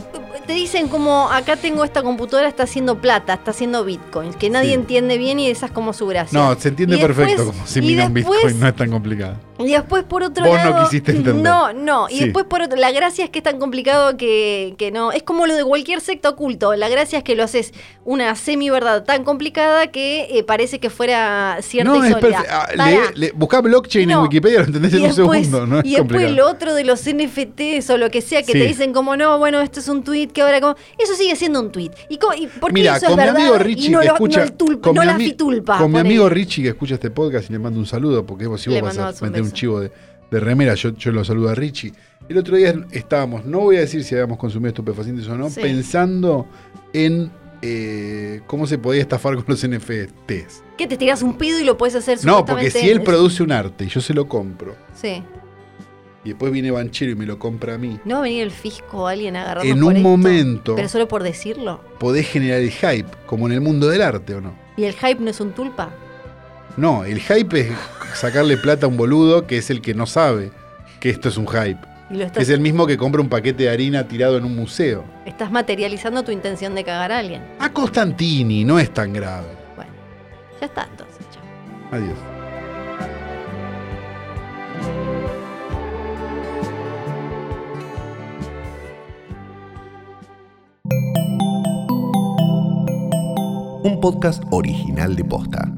S2: te dicen como acá tengo esta computadora, está haciendo plata, está haciendo bitcoins, que nadie
S3: Sí.
S2: entiende bien y esa es como su gracia.
S3: no, se entiende
S2: Y después-
S3: perfecto como si
S2: y
S3: minan
S2: después-
S3: Bitcoin, no es tan complicado.
S2: Y después por otro
S3: Vos no
S2: lado.
S3: quisiste entender.
S2: No, no. Y
S3: Sí.
S2: después por otro, la gracia es que es tan complicado que, que no. Es como lo de cualquier secta oculto. La gracia es que lo haces una semi verdad tan complicada que eh, parece que fuera cierta y
S3: no, es
S2: sólida.
S3: perfecto. Ah,
S2: Pará.
S3: lee- lee- buscá blockchain
S2: No.
S3: en Wikipedia, lo entendés en un segundo, no es
S2: y después
S3: complicado.
S2: lo otro de los NFTs o lo que sea que
S3: Sí.
S2: te dicen como no, bueno, esto es un tweet que ahora como eso sigue siendo un tweet. ¿Y, cómo- y por qué
S3: Mira,
S2: eso
S3: con
S2: es
S3: mi
S2: verdad
S3: amigo
S2: y
S3: Richie
S2: no,
S3: que
S2: lo-
S3: escucha.
S2: no el tulpa-
S3: con
S2: no
S3: mi
S2: la
S3: ami-
S2: fitulpa?
S3: Con mi
S2: ponele.
S3: amigo Richie que escucha este podcast y le mando un saludo, porque vos si
S2: Le
S3: vos vas
S2: mandamos
S3: a
S2: un
S3: meter
S2: beso.
S3: un chivo de, de remera, yo, yo lo saludo a Richie. El otro día estábamos, no voy a decir si habíamos consumido estupefacientes o no,
S2: Sí.
S3: pensando en eh, cómo se podía estafar con los NFTs.
S2: ¿Qué te tiras un pido y lo puedes hacer
S3: No, porque
S2: supuestamente
S3: si él
S2: en-
S3: produce un arte y yo se lo compro,
S2: Sí.
S3: y después viene Banchero y me lo compra a mí,
S2: ¿No va a venir el fisco o alguien a agarrarnos
S3: en
S2: por
S3: un
S2: esto?
S3: momento
S2: Pero solo por decirlo.
S3: podés generar el hype, como en el mundo del arte, ¿o no?
S2: ¿Y el hype no es un tulpa?
S3: No, el hype es sacarle plata a un boludo que es el que no sabe que esto es un hype.
S2: Y lo
S3: Que
S2: estás,
S3: es el mismo que compra un paquete de harina tirado en un museo.
S2: estás materializando tu intención de cagar a alguien.
S3: A Constantini no es tan grave.
S2: Bueno, ya está entonces. chao.
S3: Adiós.
S1: Un podcast original de Posta.